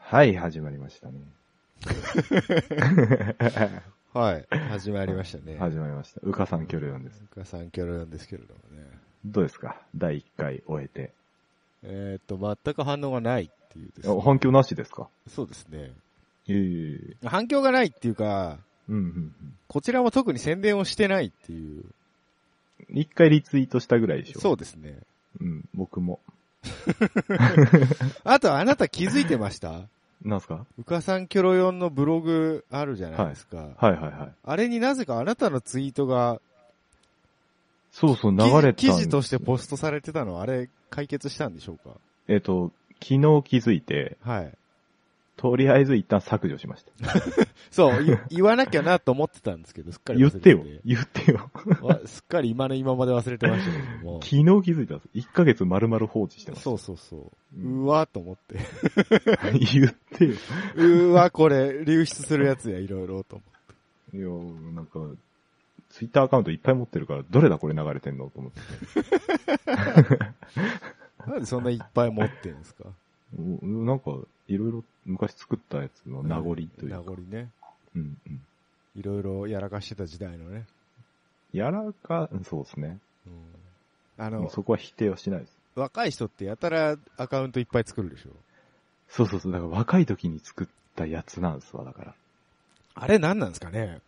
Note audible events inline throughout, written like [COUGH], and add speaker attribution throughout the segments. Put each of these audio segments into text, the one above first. Speaker 1: はい、始まりましたね。
Speaker 2: はい。始まりましたね。
Speaker 1: 始まりました。うかさんキョルヨンです。
Speaker 2: 僕は3キャラなんですけれどもね。
Speaker 1: どうですか第1回終えて。
Speaker 2: えっ、と、全く反応がないっていうです、
Speaker 1: お
Speaker 2: ね。
Speaker 1: 反響なしですか
Speaker 2: そうですね。
Speaker 1: いえいえいえ
Speaker 2: 反響がないっていうか、
Speaker 1: うんうん
Speaker 2: こちらも特に宣伝をしてないっていう。
Speaker 1: うん。一回リツイートしたぐらいでしょ。
Speaker 2: そううですね。
Speaker 1: うん、僕も。
Speaker 2: あと、あなた気づいてま
Speaker 1: [LAUGHS]
Speaker 2: した
Speaker 1: なんすか
Speaker 2: うかさんキョロヨンのブログあるじゃないですか。
Speaker 1: はいはいはい。
Speaker 2: あれになぜかあなたのツイートが、
Speaker 1: そうそう、流
Speaker 2: 記
Speaker 1: れ
Speaker 2: 事
Speaker 1: たんです
Speaker 2: 記事としてポストされてたの、あれ解決したんでしょうか
Speaker 1: えっ、と、昨日気づいて、
Speaker 2: はい。
Speaker 1: とりあえず一旦削除しました。
Speaker 2: そう、
Speaker 1: [LAUGHS]
Speaker 2: い言わなきゃなと思ってたんですけど、すっかり
Speaker 1: 言っ
Speaker 2: 忘れ
Speaker 1: て
Speaker 2: て
Speaker 1: よ。言ってよ。
Speaker 2: わすっかり今の今まで忘れてましたけども [LAUGHS]
Speaker 1: 昨。日気づいたんです。1ヶ月丸々放置してました。
Speaker 2: そうそうそうう。
Speaker 1: ん
Speaker 2: うわーと思って。
Speaker 1: 言ってよ。
Speaker 2: [LAUGHS] うーわ、これ、流出するやつや、いろいろと思って。
Speaker 1: いや、なんか、ツイッターアカウントいっぱい持ってるから、どれだこれ流れてんのと思って。
Speaker 2: なんでそんないっぱい持ってんですか
Speaker 1: うんなんか、いろいろ昔作ったやつの名残というか。
Speaker 2: 名残ね。
Speaker 1: うんうん。
Speaker 2: いろいろやらかしてた時代のね。
Speaker 1: やらか、そうですね。
Speaker 2: うんあ
Speaker 1: もう
Speaker 2: の、
Speaker 1: そこは否定はしないです。
Speaker 2: 若い人ってやたらアカウントいっぱい作るでしょ。
Speaker 1: そうそうそう。だから若い時に作ったやつなんですわ、だから。
Speaker 2: あれ何なんですかね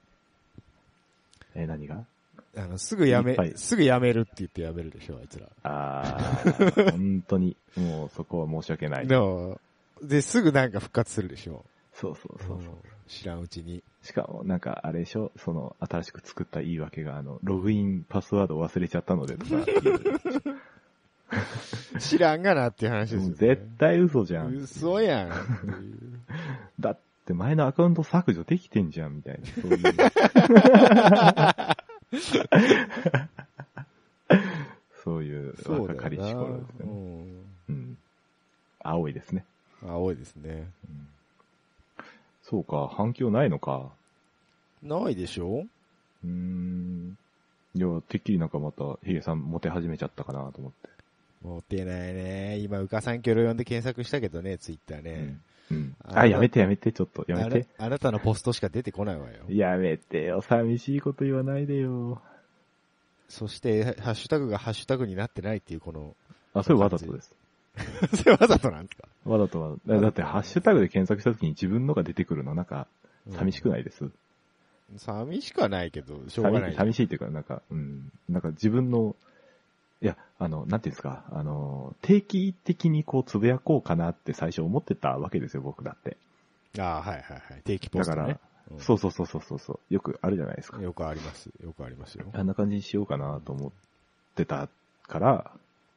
Speaker 1: え、何が
Speaker 2: あの、すぐや
Speaker 1: い
Speaker 2: め
Speaker 1: っぱい、
Speaker 2: すぐやめるって言ってやめるでしょ、あいつら。
Speaker 1: あー、 [LAUGHS] 本当に、もうそこは申し訳ない。
Speaker 2: でも、で、すぐなんか復活するでしょ。
Speaker 1: そうそうそうそう。
Speaker 2: ん知らんうちに。
Speaker 1: しかも、なんか、あれでしょその、新しく作った言い訳が、あの、ログインパスワード忘れちゃったの [LAUGHS] でとかっていう、
Speaker 2: 知らんがなっていう話ですよ、ね。
Speaker 1: 絶対嘘じゃん。
Speaker 2: 嘘やんっていう。
Speaker 1: だって前のアカウント削除できてんじゃん、みたいな。そういう。そう
Speaker 2: [LAUGHS]
Speaker 1: いう
Speaker 2: そう
Speaker 1: 若
Speaker 2: だよな
Speaker 1: かりし頃です
Speaker 2: う
Speaker 1: ね。
Speaker 2: ん。
Speaker 1: うん。青いですね。
Speaker 2: 青いですね。
Speaker 1: うんそうか、反響ないのか。
Speaker 2: ないでしょ
Speaker 1: うーん。いや、てっきりなんかまた、ヒゲさんモテ始めちゃったかなと思って。
Speaker 2: 持ってないね。今、うかさんキョロ呼んで検索したけどね、ツイッターね。
Speaker 1: うん。うん。
Speaker 2: あ
Speaker 1: あ、やめてやめて、ちょっと、やめて。
Speaker 2: あな。あなたのポストしか出てこないわよ。
Speaker 1: やめてよ、寂しいこと言わないでよ。
Speaker 2: そして、ハッシュタグがハッシュタグになってないっていう、こ [LAUGHS] の、
Speaker 1: あ、それわざとです。
Speaker 2: それわざとなんですか
Speaker 1: わざとわざだだって、ハッシュタグで検索した時に自分のが出てくるの、なんか、寂しく
Speaker 2: ない、
Speaker 1: ないです。
Speaker 2: 寂しくはないけど、しょうがな
Speaker 1: 寂
Speaker 2: い。
Speaker 1: 寂しいっていうか、なんか、うん、なんか自分の、いや、あの、なんていうんですか、あの、定期的にこう、つぶやこうかなって最初思ってたわけですよ、僕だって。
Speaker 2: ああ、はいはいはい。定期ポ
Speaker 1: だ
Speaker 2: ス
Speaker 1: か
Speaker 2: ト、
Speaker 1: ら、
Speaker 2: ね。うん
Speaker 1: そうそうそうそうそうそう、よくあるじゃないですか。
Speaker 2: よくあります。よくありますよ。
Speaker 1: あんな感じにしようかなと思ってたから、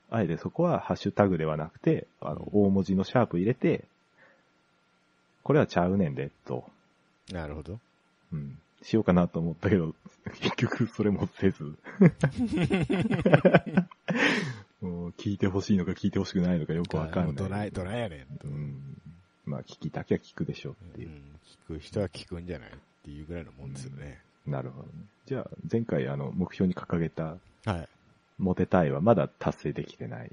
Speaker 1: あえてそこはハッシュタグではなくて、あの、大文字のシャープ入れて、これはちゃうねんで、と。
Speaker 2: なるほど。
Speaker 1: うん。しようかなと思ったけど、 [LAUGHS] 結局それもせ
Speaker 2: [LAUGHS]
Speaker 1: ず。もう聞いてほしいのか聞いてほしくないのかよくわかん
Speaker 2: ど
Speaker 1: な。
Speaker 2: ないい、どないやねんと。
Speaker 1: うん。まあ聞きたきゃ聞くでしょうっていうう。
Speaker 2: ん、聞く人は聞くんじゃないっていうぐらいのもんですよね。
Speaker 1: なるほどね。じゃあ前回あの目標に掲げた
Speaker 2: はい。
Speaker 1: モテたいはまだ達成できてない。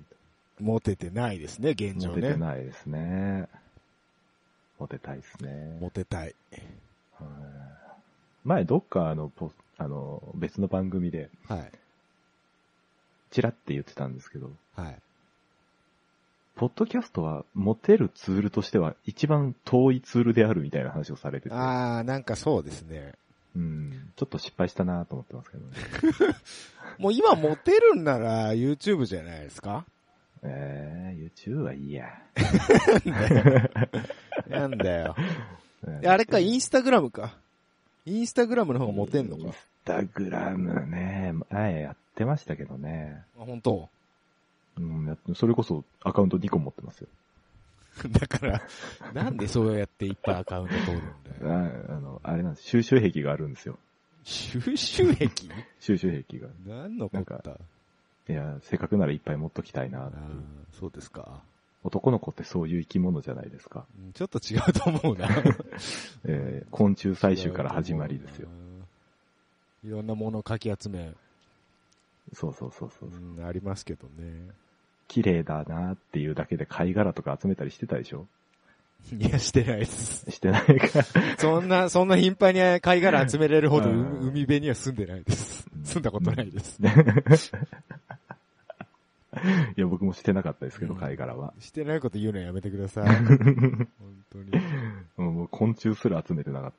Speaker 2: モテてないですね、現状
Speaker 1: モテて
Speaker 2: ね。
Speaker 1: ないですね。モテたいですね。
Speaker 2: モテたい。
Speaker 1: はい前どっかあのポス、あの別の番組で
Speaker 2: はい。
Speaker 1: チラって言ってたんですけど、
Speaker 2: はい。
Speaker 1: ポッドキャストはモテるツールとしては一番遠いツールであるみたいな話をされてて、
Speaker 2: あー、なんかそうですね。
Speaker 1: うん、ちょっと失敗したなと思ってますけどね。
Speaker 2: もう今モテるんなら YouTube じゃないですか
Speaker 1: えー、YouTube はいいや。
Speaker 2: なんだよ。
Speaker 1: うん
Speaker 2: [LAUGHS] あれか、インスタグラムか。インスタグラムの方がモテんの
Speaker 1: イン
Speaker 2: か。
Speaker 1: スタグラムね、前やってましたけどね。
Speaker 2: あ、本当 [LAUGHS]
Speaker 1: うん、やってそれこそアカウント2個持ってますよ。
Speaker 2: だから、なんでそうやっていっぱいアカウント取るんだよ。
Speaker 1: ああの、あれなんです。収集癖があるんですよ。
Speaker 2: 収集益
Speaker 1: 収集癖が。
Speaker 2: 何のこっ
Speaker 1: なん
Speaker 2: た
Speaker 1: いや、せっかくならいっぱい持っときたいな
Speaker 2: あ
Speaker 1: っていう
Speaker 2: ーそうですか。
Speaker 1: 男の子ってそういう生き物じゃないですか。
Speaker 2: うんちょっと違うと思うな。
Speaker 1: えー、昆虫採集から始まりですよ。。
Speaker 2: いろんなものをかき集め、
Speaker 1: そうそうそうそうう。
Speaker 2: ん、ありま
Speaker 1: [LAUGHS]
Speaker 2: すけどね。
Speaker 1: 綺麗だなっていうだけで貝殻とか集めたりしてたでしょ
Speaker 2: いや、してないです。
Speaker 1: してない
Speaker 2: [LAUGHS]
Speaker 1: から。
Speaker 2: そんな、そんな頻繁に貝殻集めれるほどう
Speaker 1: うん
Speaker 2: 海辺には住んでないです
Speaker 1: う。ん
Speaker 2: 住んだことないです。
Speaker 1: いや、僕もしてなかったですけど、
Speaker 2: うん
Speaker 1: 貝殻は。
Speaker 2: してないこと言うのやめてください。
Speaker 1: [LAUGHS]
Speaker 2: 本当に。
Speaker 1: うんもう昆虫すら集めてなかっ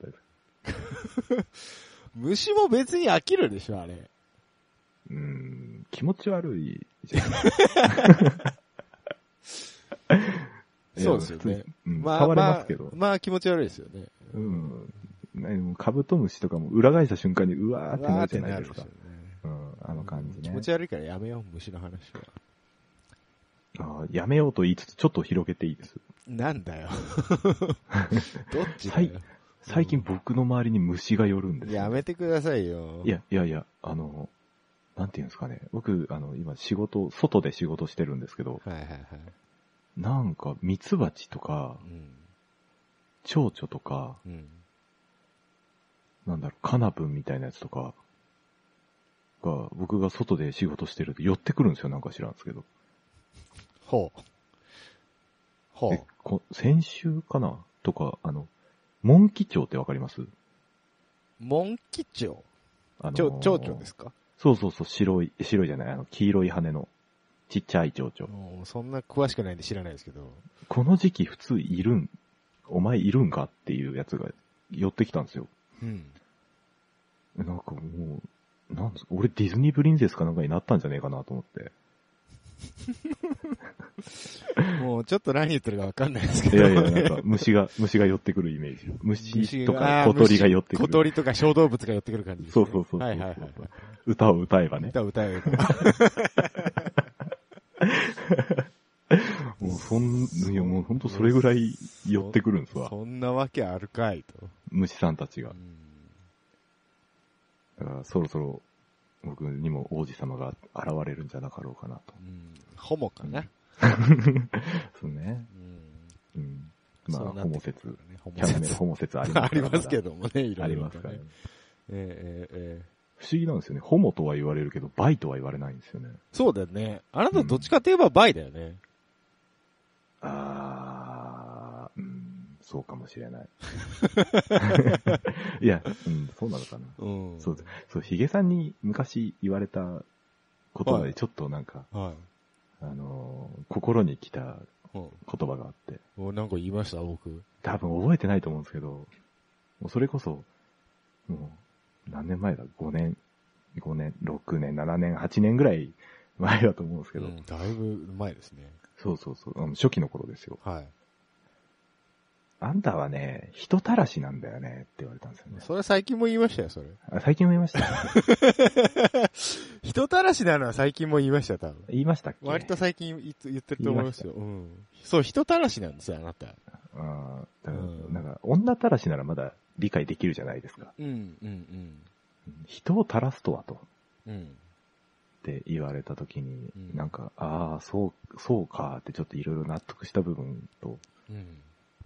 Speaker 1: たです。
Speaker 2: 虫も別に飽きるでしょ、あれ。
Speaker 1: うん、気持ち悪いじゃん。
Speaker 2: [LAUGHS]
Speaker 1: [LAUGHS]
Speaker 2: そうです
Speaker 1: いや。普
Speaker 2: よね
Speaker 1: 通にうん、触れますけど。
Speaker 2: まあ、まあ気持ち悪いですよね。
Speaker 1: うん。ね、もうカブトムシとかも裏返した瞬間にうわーってなるじゃないですか
Speaker 2: わーっ。てなるでしょうね
Speaker 1: うん、あの感じね。
Speaker 2: 気持ち悪いからやめよう、虫の話は。
Speaker 1: あーやめようと言いつつ、ちょっと広げていいです。
Speaker 2: な
Speaker 1: [LAUGHS]
Speaker 2: んだよ。どっちだ
Speaker 1: はい
Speaker 2: よ。
Speaker 1: 最近僕の周りに虫が寄るんですよ
Speaker 2: やめてくださいよ。
Speaker 1: いや、いやいや、あの、なんていうんですかね。僕、あの、今仕事、外で仕事してるんですけど、
Speaker 2: はいはいはい。
Speaker 1: なんか、ミツバチとか、
Speaker 2: うん。
Speaker 1: 蝶々とか、
Speaker 2: うん。
Speaker 1: なんだろう、カナブンみたいなやつとか、が、僕が外で仕事してると寄ってくるんですよ、なんか知らんですけど。
Speaker 2: ほう。ほ
Speaker 1: え
Speaker 2: う。
Speaker 1: こ先週かなとか、あの、モンキチョウってわかります
Speaker 2: モンキチョウ。
Speaker 1: あの。
Speaker 2: ちょ、蝶々ですすか
Speaker 1: そうそうそう、白い、白いじゃない、あの、黄色い羽の、ちっちゃい蝶々。
Speaker 2: もうそんな詳しくないんで知らないですけど。
Speaker 1: この時期普通いるん、お前いるんかっていうやつが寄ってきたんですよ。
Speaker 2: うん。
Speaker 1: なんかもう、なんですか、俺ディズニープリンセスかなんかになったんじゃねえかなと思って。
Speaker 2: [LAUGHS] もうちょっと何言ってるかわかんないですけ
Speaker 1: い
Speaker 2: ど。
Speaker 1: やいや、なんか虫が、虫が寄ってくるイメージ。虫とか
Speaker 2: あー
Speaker 1: 小鳥が寄ってく
Speaker 2: 小
Speaker 1: る。
Speaker 2: 鳥とか小動物が寄ってくる感じです
Speaker 1: そ
Speaker 2: ね、
Speaker 1: うそうそうそう。
Speaker 2: はいはいはい。
Speaker 1: 歌を歌えばね。
Speaker 2: 歌歌えば。
Speaker 1: もうそん、いやもうほんとそれぐらい寄ってくるんですわ。
Speaker 2: そんなわけあるかいと。
Speaker 1: 虫さんたちが
Speaker 2: う。ん
Speaker 1: だからそろそろ僕にも王子様が現れるんじゃなかろうかなと。
Speaker 2: うんホモかな。
Speaker 1: そうね。
Speaker 2: うん
Speaker 1: うん。まあ、
Speaker 2: そうな
Speaker 1: ホ
Speaker 2: って
Speaker 1: モ
Speaker 2: くる
Speaker 1: 説。
Speaker 2: ねホ
Speaker 1: キ
Speaker 2: モ
Speaker 1: ャラメル
Speaker 2: 説。
Speaker 1: ホモ説あります
Speaker 2: [LAUGHS] あ
Speaker 1: から
Speaker 2: りますけ。どもね、い
Speaker 1: まだ
Speaker 2: ろ
Speaker 1: あ
Speaker 2: い
Speaker 1: り
Speaker 2: ろ
Speaker 1: ま
Speaker 2: と
Speaker 1: すから
Speaker 2: ね
Speaker 1: ね。。
Speaker 2: ええええええ
Speaker 1: 不思議なんですよね。ホモとは言われるけど、バイとは言われないんですよね。
Speaker 2: そうだよね。あなたどっちかといえばバイだよね。
Speaker 1: あー、うん、そうかもしれない。いや、うん、そうなのかな。
Speaker 2: うん。
Speaker 1: そうでそう、ヒゲさんに昔言われた言葉
Speaker 2: は
Speaker 1: で、
Speaker 2: い
Speaker 1: ちょっとなんか、
Speaker 2: は
Speaker 1: あのー心に来た
Speaker 2: い。うん
Speaker 1: 言葉があって、
Speaker 2: お。なんか言いました、僕。
Speaker 1: 多分覚えてないと思うんですけど、もうそれこそ、もう、何年前だ ?5 年、5年、6年、7年、8年ぐらい前だと思うんですけど、
Speaker 2: うんだいぶ前ですね。
Speaker 1: そうそうそう、あの初期の頃ですよ。
Speaker 2: はい。
Speaker 1: あんたはね、人たらしなんだよねって言われたんですよね。
Speaker 2: それ最近も言いましたよ、それ。
Speaker 1: あ最近も言いま
Speaker 2: [LAUGHS]
Speaker 1: した。
Speaker 2: 人たらしなのは最近も言いました、多分。
Speaker 1: 言いましたっけ
Speaker 2: 割と最近いつ言ってると思いますよ。うん。そう、人たらしなんですよ、あなた。
Speaker 1: あーだから
Speaker 2: うん
Speaker 1: なんか、女たらしならまだ理解できるじゃないですか。
Speaker 2: うん、うん、
Speaker 1: 人をたらすとはと。
Speaker 2: うん。うん。
Speaker 1: って言われた時に、
Speaker 2: うん
Speaker 1: なんか、ああ、そう、そうかってちょっといろいろ納得した部分と、
Speaker 2: うん。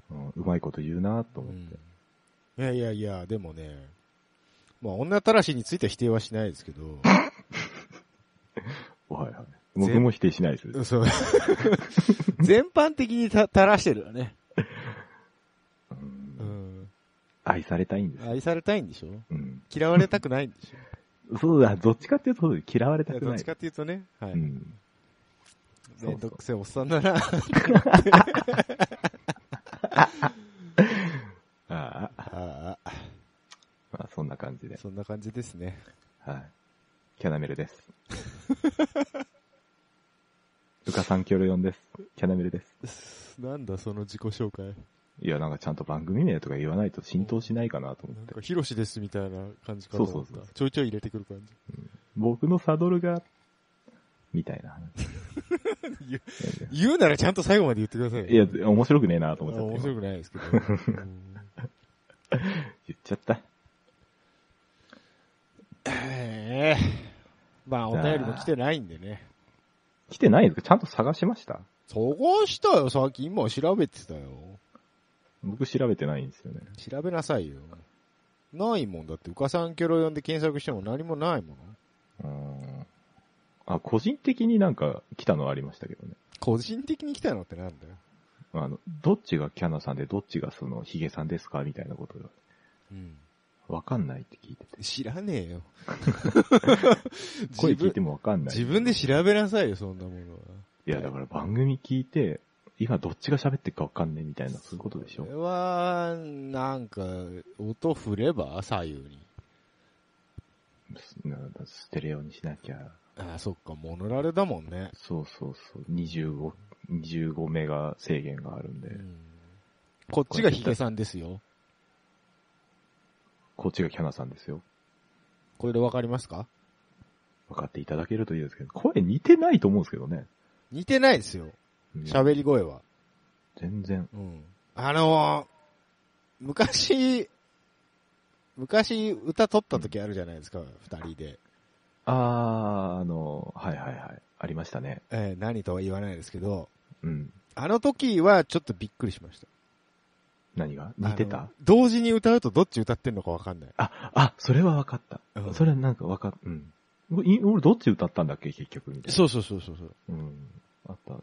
Speaker 1: うんうまいこと言うなと思
Speaker 2: う
Speaker 1: って。
Speaker 2: んいやいやいや、でもね、まあ、女たらしについては否定はしないですけど、
Speaker 1: はいはい。僕も否定しないです。
Speaker 2: そう。全般的にたたらしてるよね。
Speaker 1: う、
Speaker 2: うんん。
Speaker 1: 愛されたいんです。
Speaker 2: 愛されたいんでしょ
Speaker 1: うん、
Speaker 2: 嫌われたくないんでし
Speaker 1: そうだ、どっちかっていうと嫌 [LAUGHS] われた
Speaker 2: ょ
Speaker 1: く
Speaker 2: ど
Speaker 1: な
Speaker 2: っ
Speaker 1: い。
Speaker 2: ちかっていうとね、はい。
Speaker 1: うん、
Speaker 2: めんどくせえおっさんだな。
Speaker 1: ああ、
Speaker 2: ああ、
Speaker 1: まあ、そんな感じで。
Speaker 2: そんな感じですね。
Speaker 1: はい。キャナメルです。 [LAUGHS] うかさんキョロヨンです。キャナメルです。
Speaker 2: なんだその自己紹介。
Speaker 1: いや、なんかちゃんと番組名とか言わないと浸透しないかなと思
Speaker 2: なん
Speaker 1: って
Speaker 2: か、。ヒロシですみたいな感じかと思った。
Speaker 1: そうそうそう
Speaker 2: ちょいちょい入れてくる感じ。
Speaker 1: 僕のサドルが、みたい
Speaker 2: [LAUGHS]
Speaker 1: な話。
Speaker 2: 言うならちゃんと最後まで言ってくださいよ。
Speaker 1: いや、面白くねえなと思っちゃって。
Speaker 2: 面
Speaker 1: 今
Speaker 2: 白くないですけど。うん
Speaker 1: 言っちゃった。
Speaker 2: ええまあ、お便りも来てないんでね。
Speaker 1: 来てないんですかちゃんと探しました
Speaker 2: そこしたよ、さっき今調べてたよ。
Speaker 1: 僕調べてないんですよね。
Speaker 2: 調べなさいよ。ないもんだって、うかさんキョロ呼んで検索しても何もないもの。
Speaker 1: うーん。あ、個人的になんか来たのはありましたけどね。
Speaker 2: 個人的に来たのってなんだよ。
Speaker 1: あの、どっちがキャナさんでどっちがそのヒゲさんですかみたいなこと言われて
Speaker 2: うん。
Speaker 1: わかんないって聞いてて。
Speaker 2: 知らねえよ。
Speaker 1: 声聞い
Speaker 2: 自
Speaker 1: て
Speaker 2: 分
Speaker 1: もわかんない。
Speaker 2: 自分で調べなさいよ、そんなものは。
Speaker 1: いや、だから番組聞いて、今どっちが喋ってるかわかんねえみたいな、そういうことでしょ
Speaker 2: これ。は、なんか、音振れば左右に。
Speaker 1: なんだステレオにしなきゃ。
Speaker 2: ああ、そっか、モノラルだもんね。
Speaker 1: そうそうそう。25、25メガ制限があるんで
Speaker 2: う、んこっちがヒゲさんですよ。
Speaker 1: こっちがキャナさんですよ。
Speaker 2: これでわかりますか
Speaker 1: 分かっていただけるといいですけど、声似てないと思うんですけどね。
Speaker 2: 似てないですよ。
Speaker 1: うん
Speaker 2: 喋り声は。
Speaker 1: 全然。
Speaker 2: うん。あのー昔、昔歌撮った時あるじゃないですか、二、人で。
Speaker 1: あー、あの、はいはいはい。ありましたね。
Speaker 2: えー何とは言わないですけど、
Speaker 1: うん。
Speaker 2: あの時はちょっとびっくりしました。
Speaker 1: 何が似て
Speaker 2: あの
Speaker 1: た
Speaker 2: 同時に歌うとどっち歌ってんのかわかんない。
Speaker 1: あ、あ、それは分かった。
Speaker 2: うん
Speaker 1: それはなんか分かっ、うん。い俺どっち歌ったんだっけ結局みたいな。
Speaker 2: うそうそうそうそう。
Speaker 1: うん。あったあっ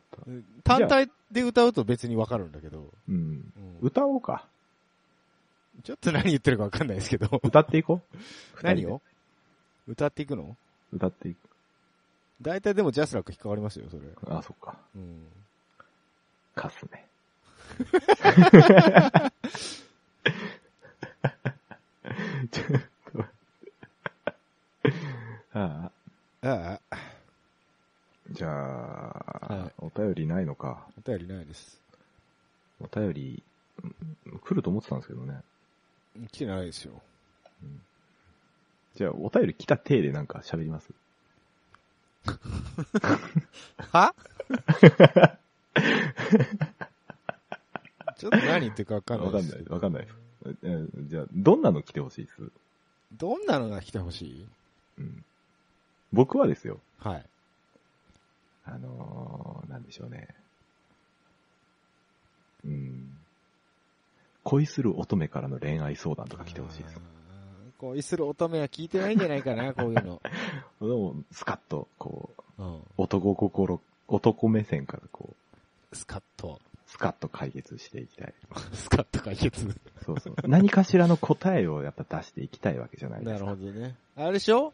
Speaker 1: た。
Speaker 2: 単体で歌うと別にわかるんだけど、
Speaker 1: うん。
Speaker 2: うん
Speaker 1: 歌おうか。
Speaker 2: ちょっと何言ってるかわかんないですけど。
Speaker 1: 歌っていこう。 [LAUGHS] 二
Speaker 2: 何
Speaker 1: 人で
Speaker 2: を [LAUGHS] 歌っていくの
Speaker 1: 歌っていく。
Speaker 2: 大体でもジャスラック引っかかりますよ、それ。
Speaker 1: あ、そっか。
Speaker 2: うん。
Speaker 1: カス [LAUGHS] ね。ちょっと待って。 [LAUGHS] ああ、
Speaker 2: ああ、
Speaker 1: じゃあ、
Speaker 2: はい
Speaker 1: お便りないのか。
Speaker 2: お便りないです。
Speaker 1: お便り、うん来ると思ってたんですけどね。
Speaker 2: 来てないですよ。
Speaker 1: じゃあ、お便り来た体でなんか喋ります。 [LAUGHS]
Speaker 2: はちょっと何言ってるかわかんない
Speaker 1: わかん
Speaker 2: です
Speaker 1: ない。わかんないです。えーじゃあ、どんなの来てほしいです、
Speaker 2: どんなのが来てほしい
Speaker 1: うん、僕はですよ。
Speaker 2: はい。
Speaker 1: あのー、なんでしょうね。うん。恋する乙女からの恋愛相談とか来てほしいです。
Speaker 2: あー。恋する乙女は聞いてないんじゃないか
Speaker 1: [LAUGHS]
Speaker 2: な、こういうの。
Speaker 1: でも、スカッと、こう、
Speaker 2: うん。
Speaker 1: 男心、男目線からこう、
Speaker 2: スカッと。 [LAUGHS]
Speaker 1: スカッと解決していきたい。
Speaker 2: スカッと解決。
Speaker 1: そうそう。 [LAUGHS] 何かしらの答えをやっぱ出していきたいわけじゃないで
Speaker 2: な
Speaker 1: す
Speaker 2: る
Speaker 1: か。
Speaker 2: ほどね。あれでしょ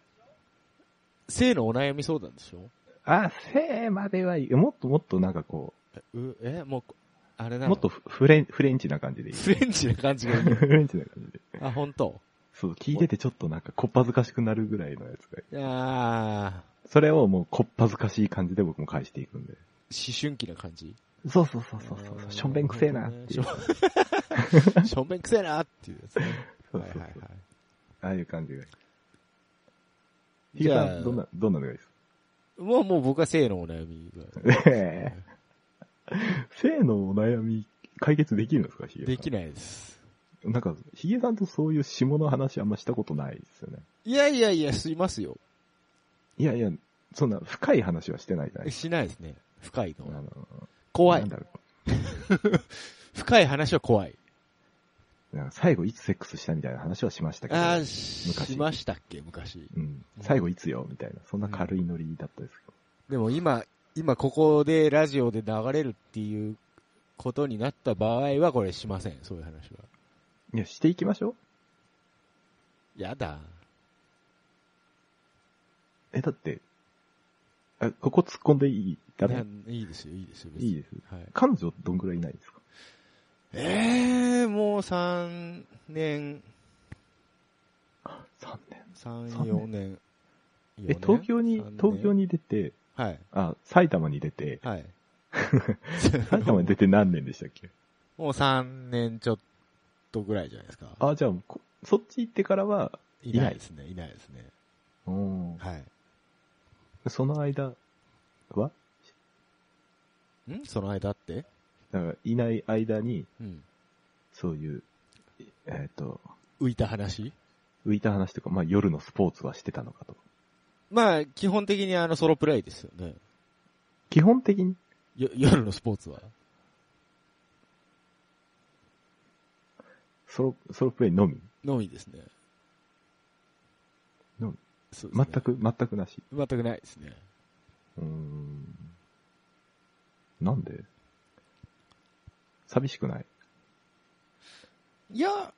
Speaker 2: 性のお悩み相談でしょ
Speaker 1: あ、せーまではいい。もっともっとなんかこ
Speaker 2: うえ、もう、あれ
Speaker 1: う、
Speaker 2: なの
Speaker 1: もっとフフレン、フレンチな感じでいい。
Speaker 2: フレンチな感
Speaker 1: [LAUGHS]
Speaker 2: じがいい。
Speaker 1: フレンチな感じで。
Speaker 2: あ、本当。
Speaker 1: [LAUGHS] そう、聞いててちょっとなんかこっぱずかしくなるぐらいのやつがいい
Speaker 2: ああ、
Speaker 1: それをもうこっぱずかしい感じで僕も返していくんで。
Speaker 2: 思春期な感
Speaker 1: [LAUGHS]
Speaker 2: じ。
Speaker 1: そうそうそうそうそう [LAUGHS] そう。しょんべんくせえなっていう。そ
Speaker 2: し
Speaker 1: う
Speaker 2: ょしょんべんくせえなっていうやつね。
Speaker 1: そう
Speaker 2: はいはい
Speaker 1: そう
Speaker 2: はい。
Speaker 1: ああいう感じがいい。ヒ
Speaker 2: じ
Speaker 1: ゲ
Speaker 2: ゃ
Speaker 1: さ
Speaker 2: あ
Speaker 1: ん、どんな、どんなのがいいです
Speaker 2: もうもう僕は性のお悩みが。
Speaker 1: か [LAUGHS] ねえ性のお悩み解決できるんですか、ヒゲさん。
Speaker 2: できないです。
Speaker 1: い。なんか、ヒゲさんとそういう下の話あんましたことないですよね。
Speaker 2: いやいやいや、しますよ。
Speaker 1: いやいや、そんな深い話はしてないじゃないです
Speaker 2: しないですね。深い
Speaker 1: か。
Speaker 2: の
Speaker 1: あ
Speaker 2: は。
Speaker 1: の
Speaker 2: 怖
Speaker 1: ないん。だろ
Speaker 2: 深い話は怖い。
Speaker 1: うなんか最後いつセックスしたみたいな話はしましたけど。
Speaker 2: ああ、しましたっけ、昔。
Speaker 1: うん。最後いつよみたいな。そんな軽いノリだったですけど。
Speaker 2: でも今、今ここでラジオで流れるっていうことになった場合はこれしません、そういう話は。
Speaker 1: いや、していきましょう。
Speaker 2: やだ。
Speaker 1: え、だって、あここ突っ込んでいいだ
Speaker 2: な
Speaker 1: ね。
Speaker 2: いいですよ、いいですよ。別に
Speaker 1: いいです。
Speaker 2: はい、
Speaker 1: 彼女どんぐらいいないですか
Speaker 2: ええもう3年、
Speaker 1: ?3 年。
Speaker 2: 3、
Speaker 1: 三年
Speaker 2: 4年。
Speaker 1: え、東京に、東京
Speaker 2: に。
Speaker 1: に出て、
Speaker 2: はい。
Speaker 1: あ、埼玉に出て、
Speaker 2: [LAUGHS] はい。
Speaker 1: 埼玉に出て何年でしたっけ
Speaker 2: もう3年ちょっとぐらいじゃないですか。
Speaker 1: あ、じゃあこ、そっち行ってからは、
Speaker 2: いないですね、いないですね。
Speaker 1: うん
Speaker 2: はい。
Speaker 1: その間は
Speaker 2: んその間って
Speaker 1: だから、いない間に、
Speaker 2: うん。
Speaker 1: そういう、えっ、と、
Speaker 2: 浮いた話
Speaker 1: 浮いた話とか、まあ夜のスポーツはしてたのかと。
Speaker 2: まあ、基本的にあの、ソロプレイですよね。
Speaker 1: 基本的に、
Speaker 2: よ夜のスポーツは。
Speaker 1: ソロ、ソロプレイのみ。
Speaker 2: のみですね。
Speaker 1: のみ
Speaker 2: そうです
Speaker 1: 全
Speaker 2: ね
Speaker 1: く、全くなし。
Speaker 2: 全くないですね。
Speaker 1: うーんなんで寂しくない。
Speaker 2: いや、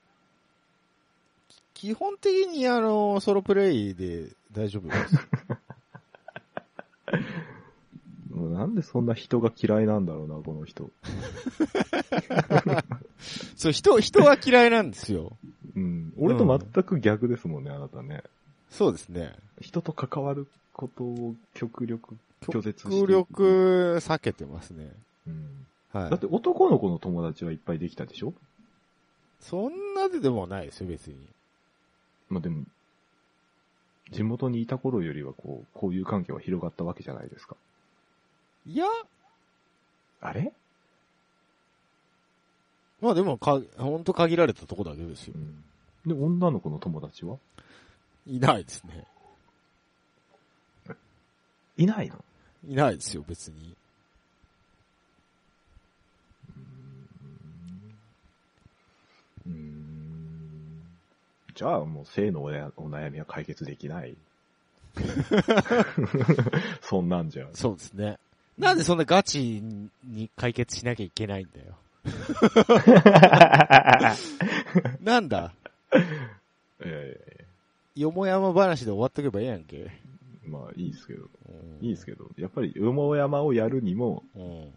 Speaker 2: き基本的にあの、ソロプレイで大丈夫です。
Speaker 1: もうなんでそんな人が嫌いなんだろうな、この人。
Speaker 2: [LAUGHS] そう、人、人は嫌いなんですよ。
Speaker 1: うん。俺と全く逆ですもんね、あなたね。
Speaker 2: そうですね。
Speaker 1: 人と関わることを極力拒絶してい
Speaker 2: 極
Speaker 1: く。
Speaker 2: 力避けてますね。
Speaker 1: うん。
Speaker 2: はい。
Speaker 1: だって男の子の友達はいっぱいできたでしょ
Speaker 2: そんなででもないですよ、別に。
Speaker 1: まあでも、地元にいた頃よりはこう、交友関係は広がったわけじゃないですか。
Speaker 2: いや、
Speaker 1: あれ
Speaker 2: まあでもか、ほんと限られたとこだけですよ
Speaker 1: う。ん。で、女の子の友達はい
Speaker 2: ないですね。
Speaker 1: いないの
Speaker 2: いないですよ、別に。
Speaker 1: うーん。じゃあもう性のおやお悩みは解決でき
Speaker 2: [LAUGHS]
Speaker 1: ない。そんなんじゃ。
Speaker 2: そうですね。なんでそんなガチに解決しなきゃいけないんだ
Speaker 1: [LAUGHS]
Speaker 2: よ。なんだ
Speaker 1: え
Speaker 2: よもやま話で終わっとけばええやんけ。
Speaker 1: えまあいいですけど。
Speaker 2: うん
Speaker 1: いいですけど。やっぱり、よもやまをやるにも、
Speaker 2: うん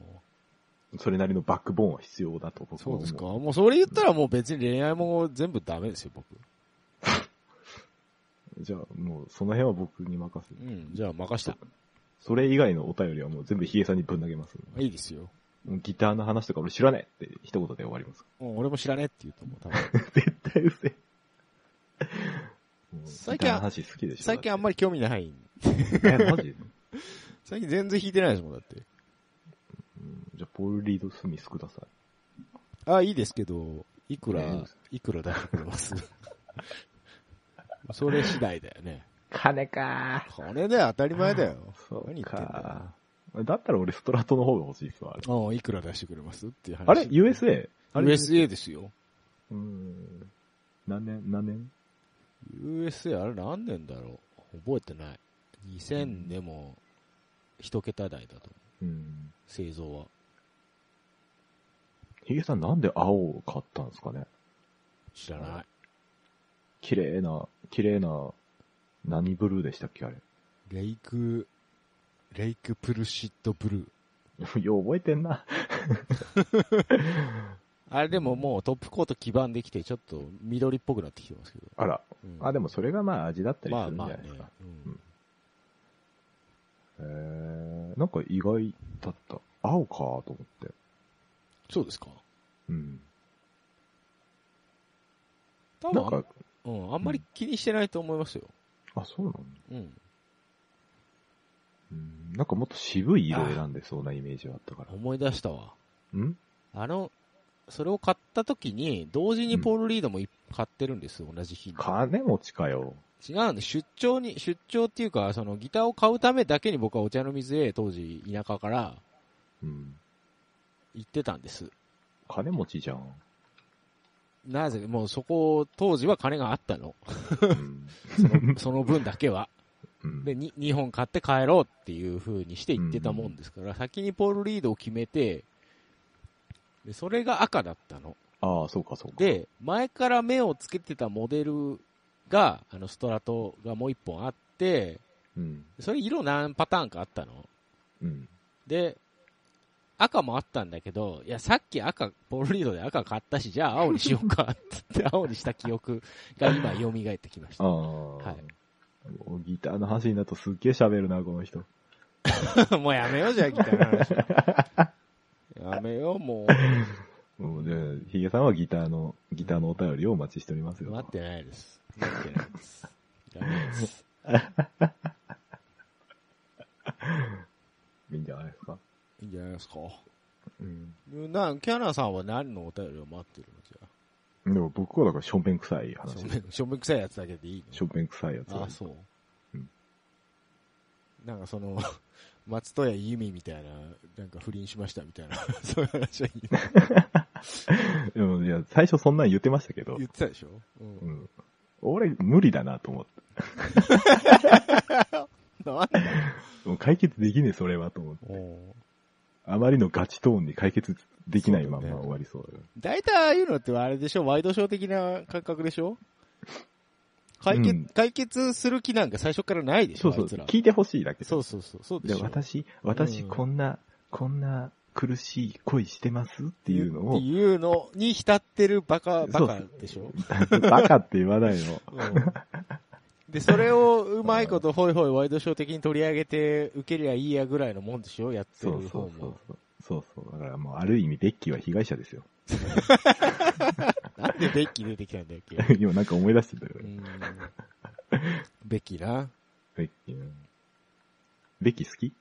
Speaker 1: それなりのバックボーンは必要だと僕
Speaker 2: そ
Speaker 1: は思
Speaker 2: うですか。もうそれ言ったらもう別に恋愛も全部ダメですよ、僕。
Speaker 1: じゃあもうその辺は僕に任せる。
Speaker 2: うん、じゃあ任した。
Speaker 1: それ以外のお便りはもう全部ヒゲさんにぶん投げます。
Speaker 2: いいですよ。
Speaker 1: もうギターの話とか俺知らねえって一言で終わ
Speaker 2: [LAUGHS]
Speaker 1: ります。
Speaker 2: うん、俺も知らねえって言うと思う、多分。
Speaker 1: 絶対うせ [LAUGHS] え。もう
Speaker 2: 最
Speaker 1: ギ
Speaker 2: 近
Speaker 1: ター
Speaker 2: は
Speaker 1: の話好きでしょ
Speaker 2: 最近あんま
Speaker 1: り。
Speaker 2: り興味ない。
Speaker 1: え、マジ
Speaker 2: 最近全然弾いてないですもん、だって。
Speaker 1: うんじゃあ、ポール・リード・スミスください。
Speaker 2: あ、いいですけど、いく
Speaker 1: いい
Speaker 2: ら
Speaker 1: です、
Speaker 2: いくら出してくれます [LAUGHS] それ次第だよね。
Speaker 1: 金か
Speaker 2: これで当たり前だよ。
Speaker 1: そう
Speaker 2: 何言ってんだ
Speaker 1: かだったら俺ストラトの方が欲しいっすわ。あれ
Speaker 2: よ。うん、いくら出してくれますっていう話。
Speaker 1: あれ ?USA? あれ
Speaker 2: ?USA ですよ。
Speaker 1: うん。何年何年
Speaker 2: USA あれ何年だろう覚えてない。2000でも、一桁台だと思う。
Speaker 1: うん。
Speaker 2: 製造は。
Speaker 1: ヒゲさんなんで青を買ったんですかね
Speaker 2: 知らない。
Speaker 1: 綺麗な、綺麗な、何ブルーでしたっけあれ。 [LAUGHS]
Speaker 2: レイク、レイクプルシットブルー。
Speaker 1: よう覚えてんな。
Speaker 2: あれでももうトップコート基盤できて、ちょっと緑っぽくなってきてますけど。
Speaker 1: あら。
Speaker 2: うん
Speaker 1: あ、でもそれがまあ味だったり
Speaker 2: ますあ
Speaker 1: るんじ
Speaker 2: ま
Speaker 1: ゃ
Speaker 2: あ
Speaker 1: ない
Speaker 2: ね
Speaker 1: ですか。。
Speaker 2: うん
Speaker 1: へえなんか意外だった。青かと思って。
Speaker 2: そうですか。
Speaker 1: うん。
Speaker 2: 多
Speaker 1: なん
Speaker 2: 分
Speaker 1: か、
Speaker 2: うん、あんまり気にしてないと思いますよ。
Speaker 1: あ、そうなの
Speaker 2: うん。
Speaker 1: うんなんかもっと渋い色を選んでそうなイメージがあったから。
Speaker 2: 思い出したわ。
Speaker 1: ん
Speaker 2: あの、それを買った時に、同時にポール・リードもい買ってるんですよ、同じ日に。
Speaker 1: 金持ちかよ。
Speaker 2: 違うんで、出張に、出張っていうか、そのギターを買うためだけに僕はお茶の水へ当時田舎から
Speaker 1: うん。
Speaker 2: 行ってたんです。
Speaker 1: 金持ちじゃん。
Speaker 2: なぜ、もうそこ、当時は金があっ
Speaker 1: [LAUGHS]
Speaker 2: たの。
Speaker 1: うん。
Speaker 2: その分だけは。
Speaker 1: うん
Speaker 2: で、に2本買って帰ろうっていう風にして行ってたもんですから、先にポール・リードを決めて、で、それが赤だったの。
Speaker 1: ああ、そうかそうか。、
Speaker 2: で、前から目をつけてたモデルが、あの、ストラトがもう1本あって、
Speaker 1: うん。
Speaker 2: それ色何パターンかあったの。
Speaker 1: うん。
Speaker 2: で、赤もあったんだけど、いや、さっき赤、ポールリードで赤買ったし、じゃあ青にしようか、つって青にした記憶が今蘇ってきまし
Speaker 1: あ
Speaker 2: た。
Speaker 1: あ。
Speaker 2: はい
Speaker 1: もうギターの話になるとすっげえ喋るな、この人。
Speaker 2: [LAUGHS] もうやめようじゃん、ギターの話。やめよう、も
Speaker 1: うん、で、ヒゲさんはギターの、ギターのお便りをお待ちしております
Speaker 2: う。
Speaker 1: よ。
Speaker 2: 待ってないです。待ってないです。ダメです。
Speaker 1: いいんじゃないですか。
Speaker 2: いいんじゃないですか。
Speaker 1: うん。
Speaker 2: な、キャナさんは何のお便りを待ってるのじゃ
Speaker 1: でも僕はだからしょんべん臭い
Speaker 2: あ。
Speaker 1: 話
Speaker 2: しょ。んべんしょんべん臭いやつだけでいい
Speaker 1: しょんべん臭いやつ
Speaker 2: の
Speaker 1: を
Speaker 2: あ、そう。
Speaker 1: うん
Speaker 2: なんかその、 [LAUGHS] 松任谷由実みたいな、なんか不倫しましたみたいな、 [LAUGHS] そういう話はいいの
Speaker 1: でもいや、最初そんなん言ってましたけど
Speaker 2: 言、ってたでしょ、う、
Speaker 1: うんん。俺無理だなと思って。
Speaker 2: なんだ
Speaker 1: もう解決できねえ、それはと思って。
Speaker 2: おう
Speaker 1: あまりのガチトーンに解決できないまん
Speaker 3: そうだ
Speaker 1: ま
Speaker 3: ね
Speaker 1: 終わりそうだよ
Speaker 2: 大体ああいうのってあれでしょワイドショー的な感覚でしょ解決、
Speaker 1: うん
Speaker 2: 解決する気なんか最初からないでし
Speaker 1: そ
Speaker 2: ょ
Speaker 1: うそう
Speaker 2: あいつら。
Speaker 1: 聞いてほしいだけ
Speaker 2: そうそうそう。そうで
Speaker 1: で
Speaker 2: しょ。っ
Speaker 1: 私私
Speaker 2: うん
Speaker 1: こんな、こんな苦しい恋してますっていうの
Speaker 2: っ
Speaker 1: を
Speaker 2: ていうのに浸ってるバカ、
Speaker 1: そ
Speaker 2: バ
Speaker 1: う
Speaker 2: カでしょ。
Speaker 1: [LAUGHS] バカって言わないの
Speaker 2: うんで、それをうまいことホイホイワイドショー的に取り上げて、受けりゃいいやぐらいのもんでしょやって
Speaker 1: そ
Speaker 2: る
Speaker 1: うそ
Speaker 2: 方
Speaker 1: うそう
Speaker 2: も。
Speaker 1: そうそうそうだからもうある意味ベッキーは被害者ですよ [LAUGHS]
Speaker 2: なんでベッキー出てきたんだっけ
Speaker 1: 今なんか思い出してたよ
Speaker 2: う
Speaker 1: ね
Speaker 2: んベッキーな。
Speaker 1: ベッキーねベッキー好き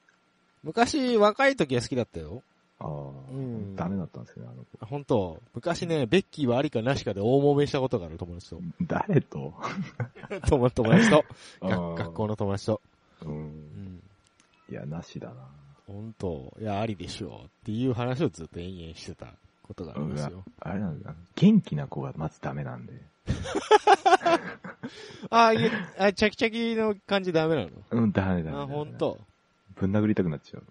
Speaker 2: 昔、若い時は好きだったよ。
Speaker 1: ああ、
Speaker 2: うん
Speaker 1: ダメだったんですよねあの子
Speaker 2: あ本当昔ね、ベッキーはありかなしかで大揉めしたことがある友達と。 [LAUGHS]
Speaker 1: 誰と
Speaker 2: 友友達と。
Speaker 1: あー
Speaker 2: 学学校の友達と。
Speaker 1: う
Speaker 2: うんん。
Speaker 1: いやなしだな
Speaker 2: 本当いや、ありでしょう。っていう話をずっと延々してたことがありますよ。
Speaker 1: あれなんだよ元気な子がまずダメなんで
Speaker 2: あーいや、あ、チャキチャキの感じダメなの
Speaker 1: うんダメだ
Speaker 2: あ、本当
Speaker 1: ぶん殴りたくなっちゃう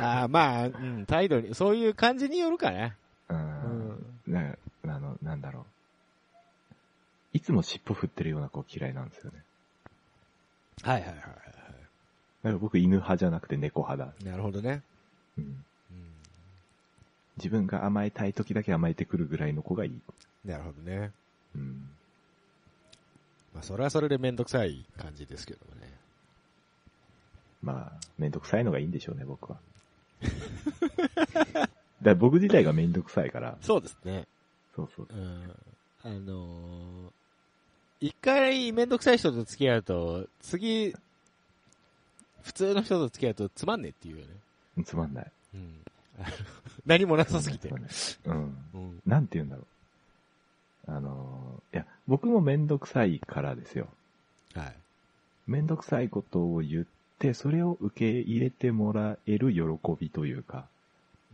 Speaker 2: あーまあ、うん、態度に、そういう感じによるかね。
Speaker 1: う
Speaker 2: うんん。
Speaker 1: な、あの、なんだろう。いつも尻尾振ってるような子嫌いなんですよね。
Speaker 2: はいはいはいは
Speaker 1: だから僕犬派じゃなくて猫派だ。
Speaker 2: い。なるほどね。
Speaker 1: うん
Speaker 2: うん
Speaker 1: 自分が甘えたい時だけ甘えてくるぐらいの子がいい。
Speaker 2: なるほどね。
Speaker 1: うん、
Speaker 2: まあ、それはそれでめんどくさい感じですけどもね。
Speaker 1: まあ、めんどくさいのがいいんでしょうね、僕は。だから僕自体がめんどくさいから。
Speaker 2: そうですね。
Speaker 1: そうそう。
Speaker 2: うん。あのー一回めんどくさい人と付き合うと、次、普通の人と付き合うとつまんねえっていうよね。
Speaker 1: つまんない。
Speaker 2: うん。あの何もなさすぎて
Speaker 1: つ。まんない。うん。
Speaker 2: うん。
Speaker 1: なんて言うんだろう。あのーいや、僕もめんどくさいからですよ。
Speaker 2: はい。
Speaker 1: めんどくさいことを言って、それを受け入れてもらえる喜びというか、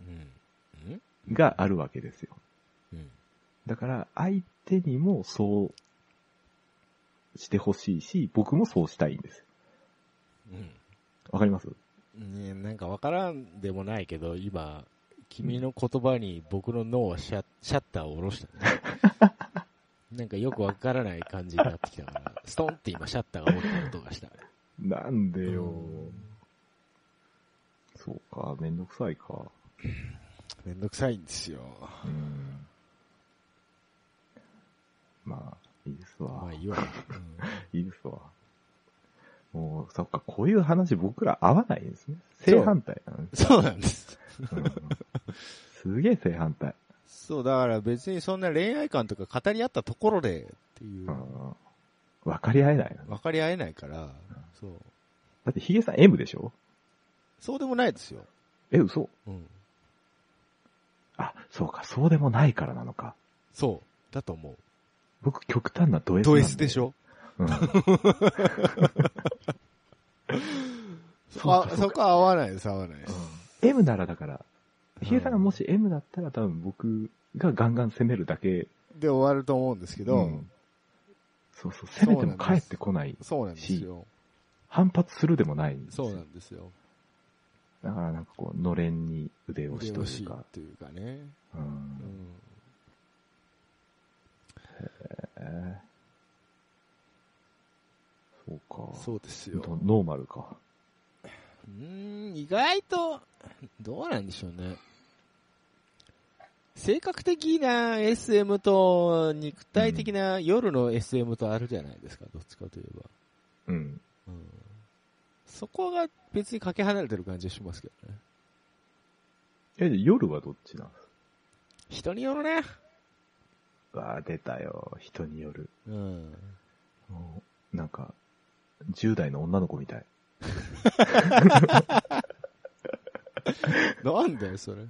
Speaker 2: うん。うん
Speaker 1: があるわけですよ。
Speaker 2: うん。
Speaker 1: だから、相手にもそうしてほしいし、僕もそうしたいんですよ。
Speaker 2: うん。
Speaker 1: わかります
Speaker 2: ね、なんかわからんでもないけど、今、君の言葉に僕の脳はシャシャッターを下ろしたね。 [LAUGHS] なんかよくわからない感じになってきたから、ストンって今シャッターが下りた音がした。
Speaker 1: なんで
Speaker 2: う
Speaker 1: よ
Speaker 2: ん。
Speaker 1: そうか、めんどくさいか。
Speaker 2: めんどくさいんですよ。
Speaker 1: うん。まあ、いいですわ。
Speaker 2: まあいい [LAUGHS] わ。
Speaker 1: いいですわ。もう、そっか、こういう話僕ら合わないんですね。正反対なんです。
Speaker 2: そうなんです。
Speaker 1: うんすげえ正反対。
Speaker 2: そう、だから別にそんな恋愛観とか語り合ったところでっていう
Speaker 1: う、ん分かり合えないよね。
Speaker 2: 分かり合えないから、そう。
Speaker 1: だってヒゲさん M でしょ
Speaker 2: そうでもないですよ。
Speaker 1: え、嘘
Speaker 2: うん。
Speaker 1: あ、そうか、そうでもないからなのか。
Speaker 2: そう。だと思う。
Speaker 1: 僕、極端なド S なん
Speaker 2: ド S でしょ
Speaker 1: うん。そう
Speaker 2: あ
Speaker 1: か、そ
Speaker 2: そう
Speaker 1: か。
Speaker 2: こは合わないです、合わないです。
Speaker 1: M ならだから、ヒゲさんがもし M だったら多分僕がガンガン攻めるだけ。
Speaker 2: で終わると思うんですけど、
Speaker 1: うんそうそう、攻めても帰ってこない。
Speaker 2: そうなんですよ。
Speaker 1: 反発するでもないんですよ
Speaker 2: そうなんですよ。
Speaker 1: だからなんかこう、のれんに腕押し
Speaker 2: 腕
Speaker 1: と
Speaker 2: 押
Speaker 1: い
Speaker 2: し
Speaker 1: うか。
Speaker 2: というかね。
Speaker 1: う。
Speaker 2: うんん。
Speaker 1: えーそうか。
Speaker 2: そうですよ。
Speaker 1: ノノーマルか。
Speaker 2: うーん、意外と、どうなんでしょうね。性格的な SM と、肉体的な夜の SM とあるじゃないですか、どっちかといえば。
Speaker 1: うん。
Speaker 2: うん。そこが別にかけ離れてる感じがしますけどね。
Speaker 1: え、じゃあ夜はどっちなんです
Speaker 2: 人によるね。
Speaker 1: かわあ、出たよ。人による。
Speaker 2: うん。
Speaker 1: もうなんか、10代の女の子みたい。
Speaker 2: なんだよ、それ。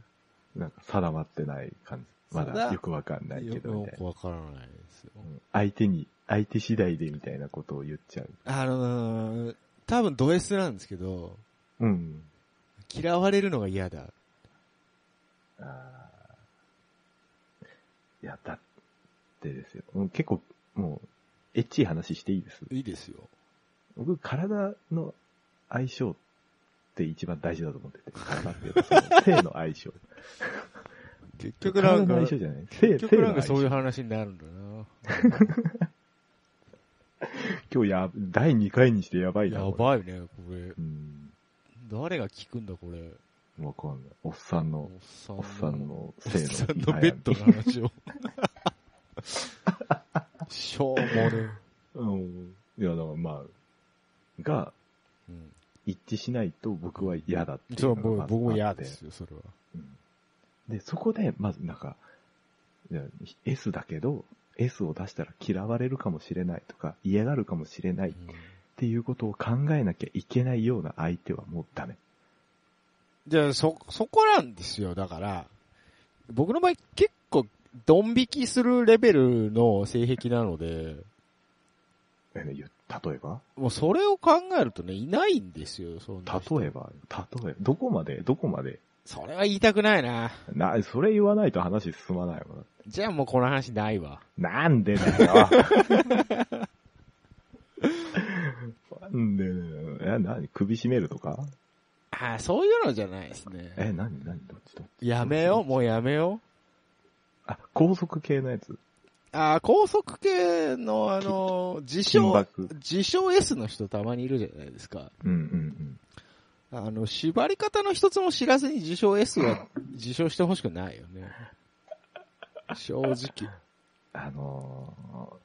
Speaker 1: なんか定まってない感じ。ま
Speaker 2: そうだ
Speaker 1: だよくわかんないけどみ
Speaker 2: よ
Speaker 1: たい
Speaker 2: く
Speaker 1: な。
Speaker 2: わからないですよ。
Speaker 1: うん相手に、相手次第でみたいなことを言っちゃう。
Speaker 2: あのー、多分ド S なんですけど、
Speaker 1: うん。
Speaker 2: 嫌われるのが嫌だ。
Speaker 1: あーいや、だってですよ。もう結構、もう、エッチい話していいです。
Speaker 2: いいですよ。
Speaker 1: 僕、体の相性っって一番大事だと思って
Speaker 2: [LAUGHS]
Speaker 1: て。体っていうのはその性の相性。
Speaker 2: 結局な
Speaker 1: 体
Speaker 2: んか
Speaker 1: の、相性じゃない。性、性
Speaker 2: 結局
Speaker 1: の
Speaker 2: なん
Speaker 1: 相
Speaker 2: か
Speaker 1: 性
Speaker 2: そういう話になるんだな。
Speaker 1: 今日や、第2回にしてやばいな。
Speaker 2: や
Speaker 1: い。
Speaker 2: ばいね、これ。
Speaker 1: うん。
Speaker 2: 誰が聞くんだ、これ。
Speaker 1: わかんない。おっさん
Speaker 2: お
Speaker 1: の、
Speaker 2: っさん
Speaker 1: おっさん。の
Speaker 2: おっ
Speaker 1: 性の。
Speaker 2: さんのベッドの話を。しょうもね。
Speaker 1: うん。いや、だからまあ、が、
Speaker 2: うん。
Speaker 1: 一致しないと僕は嫌だってい
Speaker 2: そう、
Speaker 1: うのがまずあ
Speaker 2: 僕
Speaker 1: って。
Speaker 2: も嫌ですよ、それは。
Speaker 1: うん。で、そこで、まずなんか、いや S だけど、S を出したら嫌われるかもしれないとか、嫌がるかもしれないっ
Speaker 2: うん
Speaker 1: ていうことを考えなきゃいけないような相手はもうダメ。
Speaker 2: じゃあ、そ、そこなんですよ。だから、僕の場合結構、ドン引きするレベルの性癖なので、
Speaker 1: えねゆ例えば
Speaker 2: もうそれを考えるとね、いないんですよ、そんな人
Speaker 1: 例えば、例えば、どこまで、どこまで、
Speaker 2: それは言いたくないな。
Speaker 1: な、それ言わないと話進まないもん。
Speaker 2: じゃあもうこの話ないわ。
Speaker 1: なんでだよ。なんでだよ。え、なに首絞めるとか
Speaker 2: ああ、そういうのじゃないですね。
Speaker 1: え、なになにどっちどっち
Speaker 2: やめよう、もうやめよ
Speaker 1: あ、高速系のやつ。
Speaker 2: う。ああ、高速系のあの、自
Speaker 1: 金
Speaker 2: 称、
Speaker 1: 箔。
Speaker 2: 自称 S の人たまにいるじゃないですか。
Speaker 1: うんうん
Speaker 2: あの、縛り方の一つも知らずに自称 S は自称してほしくないよね。正直。
Speaker 1: うん。あの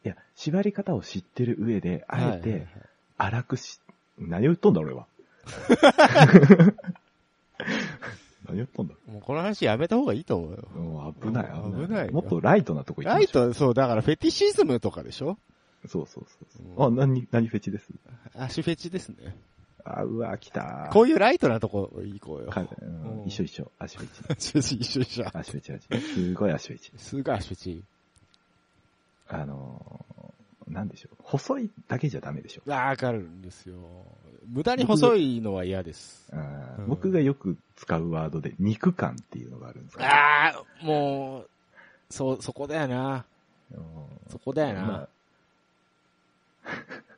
Speaker 1: ー、いや、縛り方を知ってる上で、あえ
Speaker 2: はい
Speaker 1: て、荒くし、何を言っとんだ俺は。 [LAUGHS] 何を言っとんだ
Speaker 2: もうこの話やめた方がいいと思うよ。
Speaker 1: もう危ない、危ない。
Speaker 2: 危ないよ
Speaker 1: もっとライトなとこ行きま
Speaker 2: ラ
Speaker 1: し
Speaker 2: イ
Speaker 1: ょう。
Speaker 2: ト、そう、だからフェティシズムとかでしょ
Speaker 1: そうそうそう
Speaker 2: う
Speaker 1: そう。あ、何、何フェチです
Speaker 2: 足フェチですね。
Speaker 1: あ、うわ、来たー。
Speaker 2: こういうライトなとこ行こうよ。 [LAUGHS]
Speaker 1: かう
Speaker 2: うんん
Speaker 1: 一緒一緒、足フェチ。
Speaker 2: 足フェチ一緒一緒。
Speaker 1: 足フェチ、足フェチ。すごい足フェチ。
Speaker 2: すごい足フェチ。
Speaker 1: あのー、なんでしょう。細いだけじゃダメでしょ。
Speaker 2: わかるんですよ。無駄に細いのは嫌です。
Speaker 1: あー
Speaker 2: うん
Speaker 1: 僕がよく使うワードで、肉感っていうのがあるんですよ
Speaker 2: ああ、もう、そう、そこだよな。
Speaker 1: うん
Speaker 2: そこだよ
Speaker 1: ま
Speaker 2: な
Speaker 1: あ。 [LAUGHS]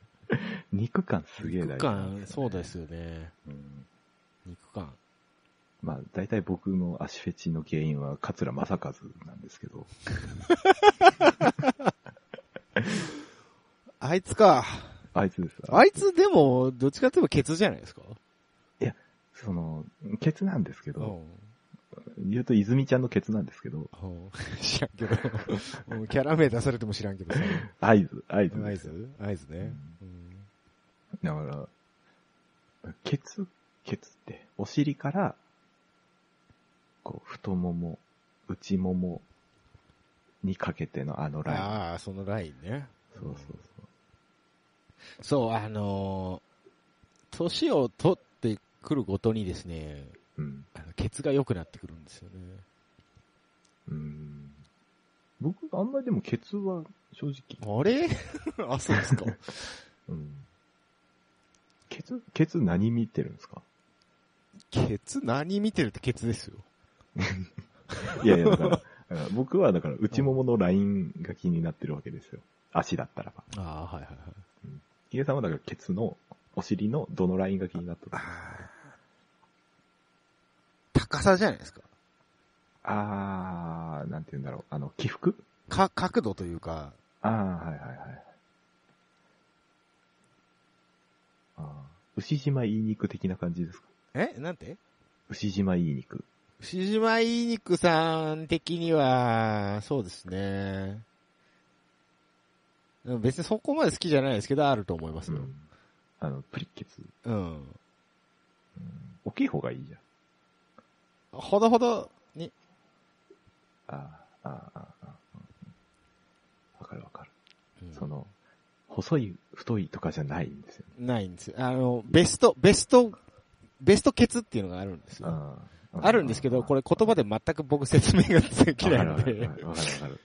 Speaker 1: 肉感すげえ大事、
Speaker 2: 肉感、そうで。すよね。
Speaker 1: うん
Speaker 2: 肉感。
Speaker 1: まあ、大体僕の足フェチの原因は桂正和なんですけど、
Speaker 2: あいつか。
Speaker 1: あいつです。
Speaker 2: あいつでも、どっちかといえばケツじゃないですか
Speaker 1: その、ケツなんですけ
Speaker 2: うん
Speaker 1: ど、。言うと泉ちゃんのケツなんですけど、
Speaker 2: うん知らんけど。 [LAUGHS] うんキャラ名出されても知らんけどさ。
Speaker 1: 合図、合図
Speaker 2: 合
Speaker 1: ですよ。
Speaker 2: 図合図ね。うん
Speaker 1: だから、ケツ、ケツって、お尻から、こう、太もも、内ももにかけてのあのライン。
Speaker 2: ああ、そのラインね。
Speaker 1: そうそうそう。
Speaker 2: そう、あのー、年を取ってくるごとにですね、
Speaker 1: うん。
Speaker 2: あのケツが良くなってくるんですよね。
Speaker 1: うん。僕、あんまりでもケツは正直、
Speaker 2: あれ [LAUGHS] あ、そうですか。
Speaker 1: うん。ケツ、ケツ何見てるんですか
Speaker 2: ケツ何見てるってケツですよ。
Speaker 1: いやいや、だから、 [LAUGHS] だから僕はだから内もものラインが気になってるわけですよ。足だったらば。
Speaker 2: ああ、はいはいはい。
Speaker 1: ヒゲさんはだからケツの、お尻のどのラインが気になってる
Speaker 2: 高さじゃないですか。
Speaker 1: あー、なんて言うんだろう。あの、起伏
Speaker 2: か、角度というか、
Speaker 1: あー、はいはいはい。あー牛島いい肉的な感じですか
Speaker 2: えなんて
Speaker 1: 牛島いい肉。
Speaker 2: 牛島いい肉さん的には、そうですね。でも別にそこまで好きじゃないですけど、あると思いますよ。
Speaker 1: あの、プリケツ。
Speaker 2: うん。
Speaker 1: 大きい方がいいじゃん。
Speaker 2: ほどほどに、
Speaker 1: あーあー、あーあー、あーわかるわかる。
Speaker 2: うん
Speaker 1: その、細い、太いとかじゃないんですよね。
Speaker 2: ないんですよ。あの、ベスト、ベスト、ベストケツっていうのがあるんですよ。
Speaker 1: あー
Speaker 2: あるんですけど、これ言葉で全く僕説明ができない
Speaker 1: わ
Speaker 2: の
Speaker 1: かる
Speaker 2: で
Speaker 1: わか、るわかるわかる。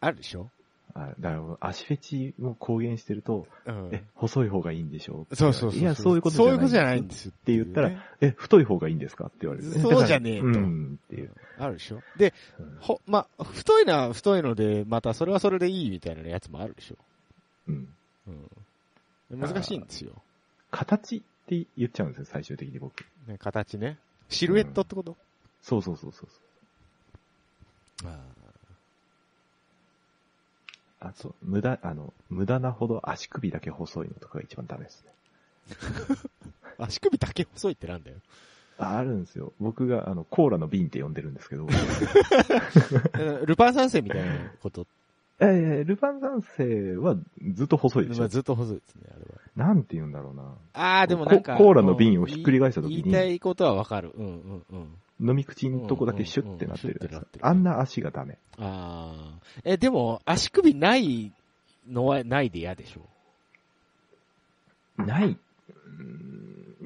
Speaker 2: あるでしょ
Speaker 1: あだから、足フェチも公言してると、
Speaker 2: うん
Speaker 1: え、細い方がいいんでしょ
Speaker 2: そうそうそう。
Speaker 1: いや、そういうこと。
Speaker 2: そういうことじゃないんですすよ。
Speaker 1: って言ったら
Speaker 2: ね、
Speaker 1: え、太い方がいいんですかって言われる。
Speaker 2: そうじゃねえと
Speaker 1: だからうん、っていう。
Speaker 2: あるでしょで、ほ、ま、太いのは太いので、またそれはそれでいいみたいなやつもあるでしょ
Speaker 1: うん。
Speaker 2: うん。難しいんですよ。
Speaker 1: 形って言っちゃうんですよ、最終的に僕。
Speaker 2: ね形ね。シルエットってこと、
Speaker 1: そうそうそうそうそう。
Speaker 2: あ
Speaker 1: あ、そう、無駄、あの、無駄なほど足首だけ細いのとかが一番ダメですね。
Speaker 2: あ足首だけ細いってなんだよ。 [LAUGHS]
Speaker 1: ああるんですよ。僕が、あの、コーラの瓶って呼んでるんですけど。 [LAUGHS]
Speaker 2: ルパン三世みたいなこと。
Speaker 1: ええルパン三世はずっと細いでし
Speaker 2: まあ
Speaker 1: ょ。
Speaker 2: ずっと細いですね、あれは。
Speaker 1: なんて言うんだろうな。
Speaker 2: ああ、でもなんか。
Speaker 1: ココーラの瓶をひっくり返した時に
Speaker 2: 言いたいことはわかる。うんうんうん。
Speaker 1: 飲み口のとこだけシュッてなってる
Speaker 2: うんうんうんシュッてなってる
Speaker 1: あんな足がダメ。
Speaker 2: ああ。え、でも、足首ないのはないで嫌でしょ。
Speaker 1: ない。うん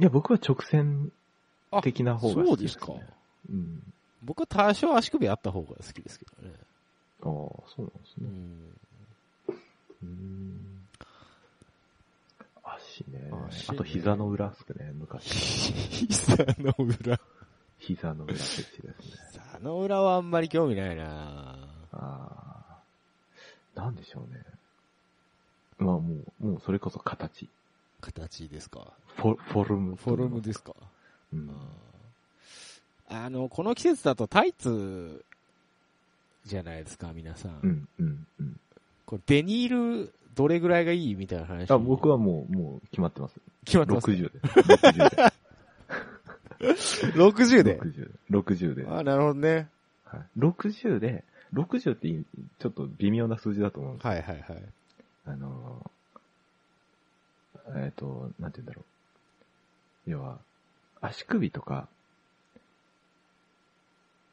Speaker 1: いや、僕は直線的な方が
Speaker 2: そ
Speaker 1: 好
Speaker 2: う
Speaker 1: き
Speaker 2: で
Speaker 1: ですす、ね。
Speaker 2: か。
Speaker 1: うん。
Speaker 2: 僕は多少足首あった方が好きですけどね。
Speaker 1: ああ、そうなんです
Speaker 2: う
Speaker 1: ね。
Speaker 2: ん。
Speaker 1: うん。足ね。
Speaker 2: 足
Speaker 1: あ
Speaker 2: ね
Speaker 1: と膝の裏っすね、昔。
Speaker 2: [LAUGHS] 膝の裏。
Speaker 1: 膝の裏フェチですね。
Speaker 2: [LAUGHS] 膝の裏はあんまり興味ないな
Speaker 1: ああ。なんでしょうね。まあもう、もうそれこそ形。
Speaker 2: 形ですか。
Speaker 1: フォフォルム。
Speaker 2: フォルム。ですか。
Speaker 1: うん。
Speaker 2: あの、この季節だとタイツじゃないですか、皆さん。
Speaker 1: うん、うん、うん。
Speaker 2: これデニールどれぐらいがいいみたいな話。
Speaker 1: あ、僕はもう、もう決まってます。
Speaker 2: 決まってます。
Speaker 1: 60で。60で。
Speaker 2: 60で。
Speaker 1: [LAUGHS] 60で。60で。
Speaker 2: あ、なるほどね。
Speaker 1: はい、60で、60っていちょっと微妙な数字だと思うんです
Speaker 2: はいはいはい。
Speaker 1: あのー、えっ、と、なんて言うんだろう。要は、足首とか、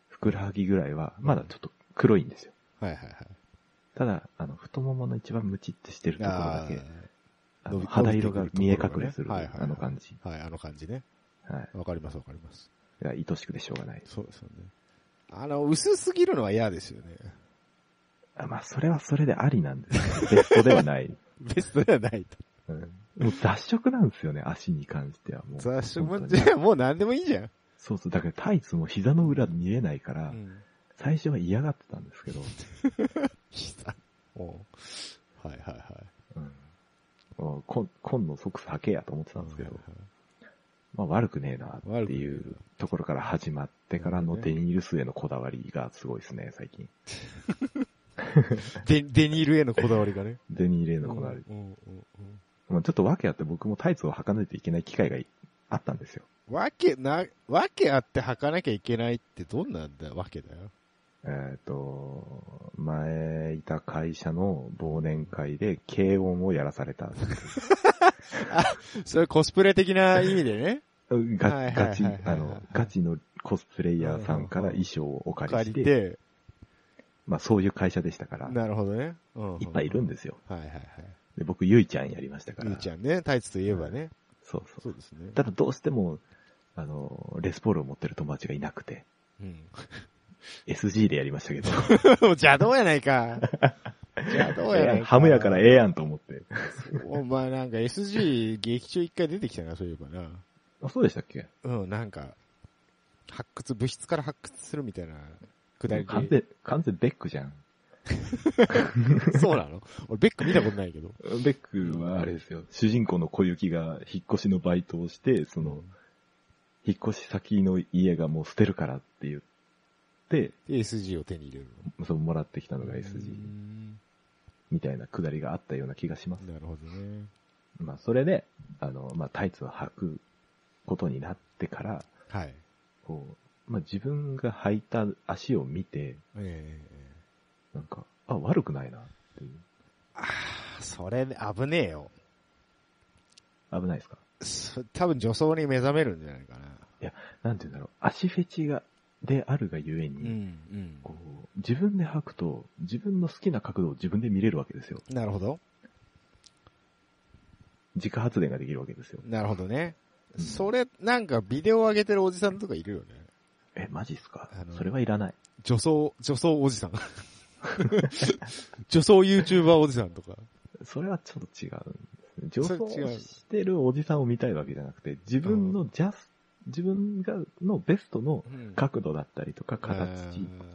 Speaker 1: ふくらはぎぐらいは、まだちょっと黒いんですよ。
Speaker 2: はいはいはい。
Speaker 1: ただ、あの、太ももの一番ムチってしてるところだけ、あ
Speaker 2: 伸
Speaker 1: の
Speaker 2: び
Speaker 1: 肌色が見え隠れする、
Speaker 2: 伸びてくるところがねはいはいはい
Speaker 1: あの感じ。
Speaker 2: ーはい、あの感じね。
Speaker 1: はい
Speaker 2: わかりますわかります。
Speaker 1: いや。愛しくてしょうがない。
Speaker 2: そうですよね。あの、薄すぎるのは嫌ですよね。
Speaker 1: あまあ、それはそれでありなんです [LAUGHS] けど、ベストではない。
Speaker 2: ベストではない
Speaker 1: う
Speaker 2: と。
Speaker 1: ん、もう雑食なんですよね、足に関してはもう。
Speaker 2: 雑誌
Speaker 1: 本当
Speaker 2: も、じ
Speaker 1: に
Speaker 2: ゃあもう何でもいいじゃん。
Speaker 1: そうそう、だからタイツも膝の裏見えないから、最初は嫌がってたんですけど、
Speaker 2: 膝。おうはいはいはい。
Speaker 1: うん、もうこん紺のソックス履けやと思ってたんですけど、
Speaker 2: はいはい
Speaker 1: ままあ悪くねえな
Speaker 2: 悪
Speaker 1: っ
Speaker 2: く
Speaker 1: て
Speaker 2: ねえ
Speaker 1: い
Speaker 2: な
Speaker 1: うところから始まってからの
Speaker 2: なるほ
Speaker 1: デ
Speaker 2: ど
Speaker 1: ニールスへのこだわりがすごいですね、最近。
Speaker 2: デデニールへのこだわりがね。
Speaker 1: デニールへのこだわり。
Speaker 2: うんうんうんうん
Speaker 1: まあちょっと訳あって僕もタイツを履かないといけない機会があったんですよ。
Speaker 2: わけな、わけあって履かなきゃいけないってどんなんだわけだよ。
Speaker 1: えっ、と、前いた会社の忘年会で軽音をやらされた。
Speaker 2: それコスプレ的な意味
Speaker 1: [LAUGHS]
Speaker 2: でね。 [LAUGHS] はい
Speaker 1: ガ
Speaker 2: はいはいはい
Speaker 1: ガチ、あの、ガチのコスプレイヤーさんから衣装をお借り
Speaker 2: 借
Speaker 1: し
Speaker 2: り
Speaker 1: て、
Speaker 2: て。
Speaker 1: まあそういう会社でしたから、
Speaker 2: なるほどね。うん
Speaker 1: いっぱいいるん
Speaker 2: で。
Speaker 1: ですよ。
Speaker 2: はいはいはい。
Speaker 1: で僕、ゆいちゃんやりましたから。
Speaker 2: ゆうちゃんね、タイツといえばね。
Speaker 1: そうそ
Speaker 2: そう
Speaker 1: う。
Speaker 2: ですね。
Speaker 1: ただどうしても、あの、レスポールを持ってる友達がいなくて、
Speaker 2: うん。 [LAUGHS]
Speaker 1: SG でやりましたけど、
Speaker 2: 邪道やない
Speaker 1: [LAUGHS]
Speaker 2: か。邪道やないか。
Speaker 1: ハムやからええやんと思って。
Speaker 2: お前なんか SG 劇中一回出てきたな、そういえばな。
Speaker 1: あ、そうでしたっけ
Speaker 2: うん、なんか、発掘、物質から発掘するみたいな、くだり
Speaker 1: 完
Speaker 2: で。
Speaker 1: 全、完全ベックじゃん。
Speaker 2: そうなの俺ベック見たことないけど。
Speaker 1: ベックはあれですよ、主人公の小雪が引っ越しのバイトをして、その、引っ越し先の家がもう捨てるからって言って、
Speaker 2: で SG を手に入れる
Speaker 1: そのもらってきたの
Speaker 2: の。
Speaker 1: が SG
Speaker 2: うん
Speaker 1: みたいなくだりがあったような気がします。
Speaker 2: なるほどね。
Speaker 1: まあ、それで、あの、まあ、タイツを履くことになってから、
Speaker 2: はい。
Speaker 1: こう、まあ、自分が履いた足を見て、
Speaker 2: ええええ
Speaker 1: なんか、あ、悪くないな、っていう。
Speaker 2: ああ、それ危ねえよ。
Speaker 1: 危ないですか
Speaker 2: そ多分女装に目覚めるんじゃないかな。
Speaker 1: なんて言うんだろう、足フェチが、であるがゆえ
Speaker 2: う
Speaker 1: に、
Speaker 2: ん、
Speaker 1: こう、自分で履くと、自分の好きな角度を自分で見れるわけですよ。
Speaker 2: なるほど。
Speaker 1: 自家発電ができるわけですよ。
Speaker 2: なるほどね。
Speaker 1: うん
Speaker 2: それ、なんかビデオ上げてるおじさんとかいるよね。
Speaker 1: え、マジっすか
Speaker 2: あの
Speaker 1: それはいらない。
Speaker 2: 女装、女装おじさん。女装 YouTuber おじさんとか。
Speaker 1: それはちょっと違うんですね。
Speaker 2: それ
Speaker 1: 上
Speaker 2: 違う
Speaker 1: 層してるおじさんを見たいわけじゃなくて、自分のジャス、自分が、のベストの角度だったりとか形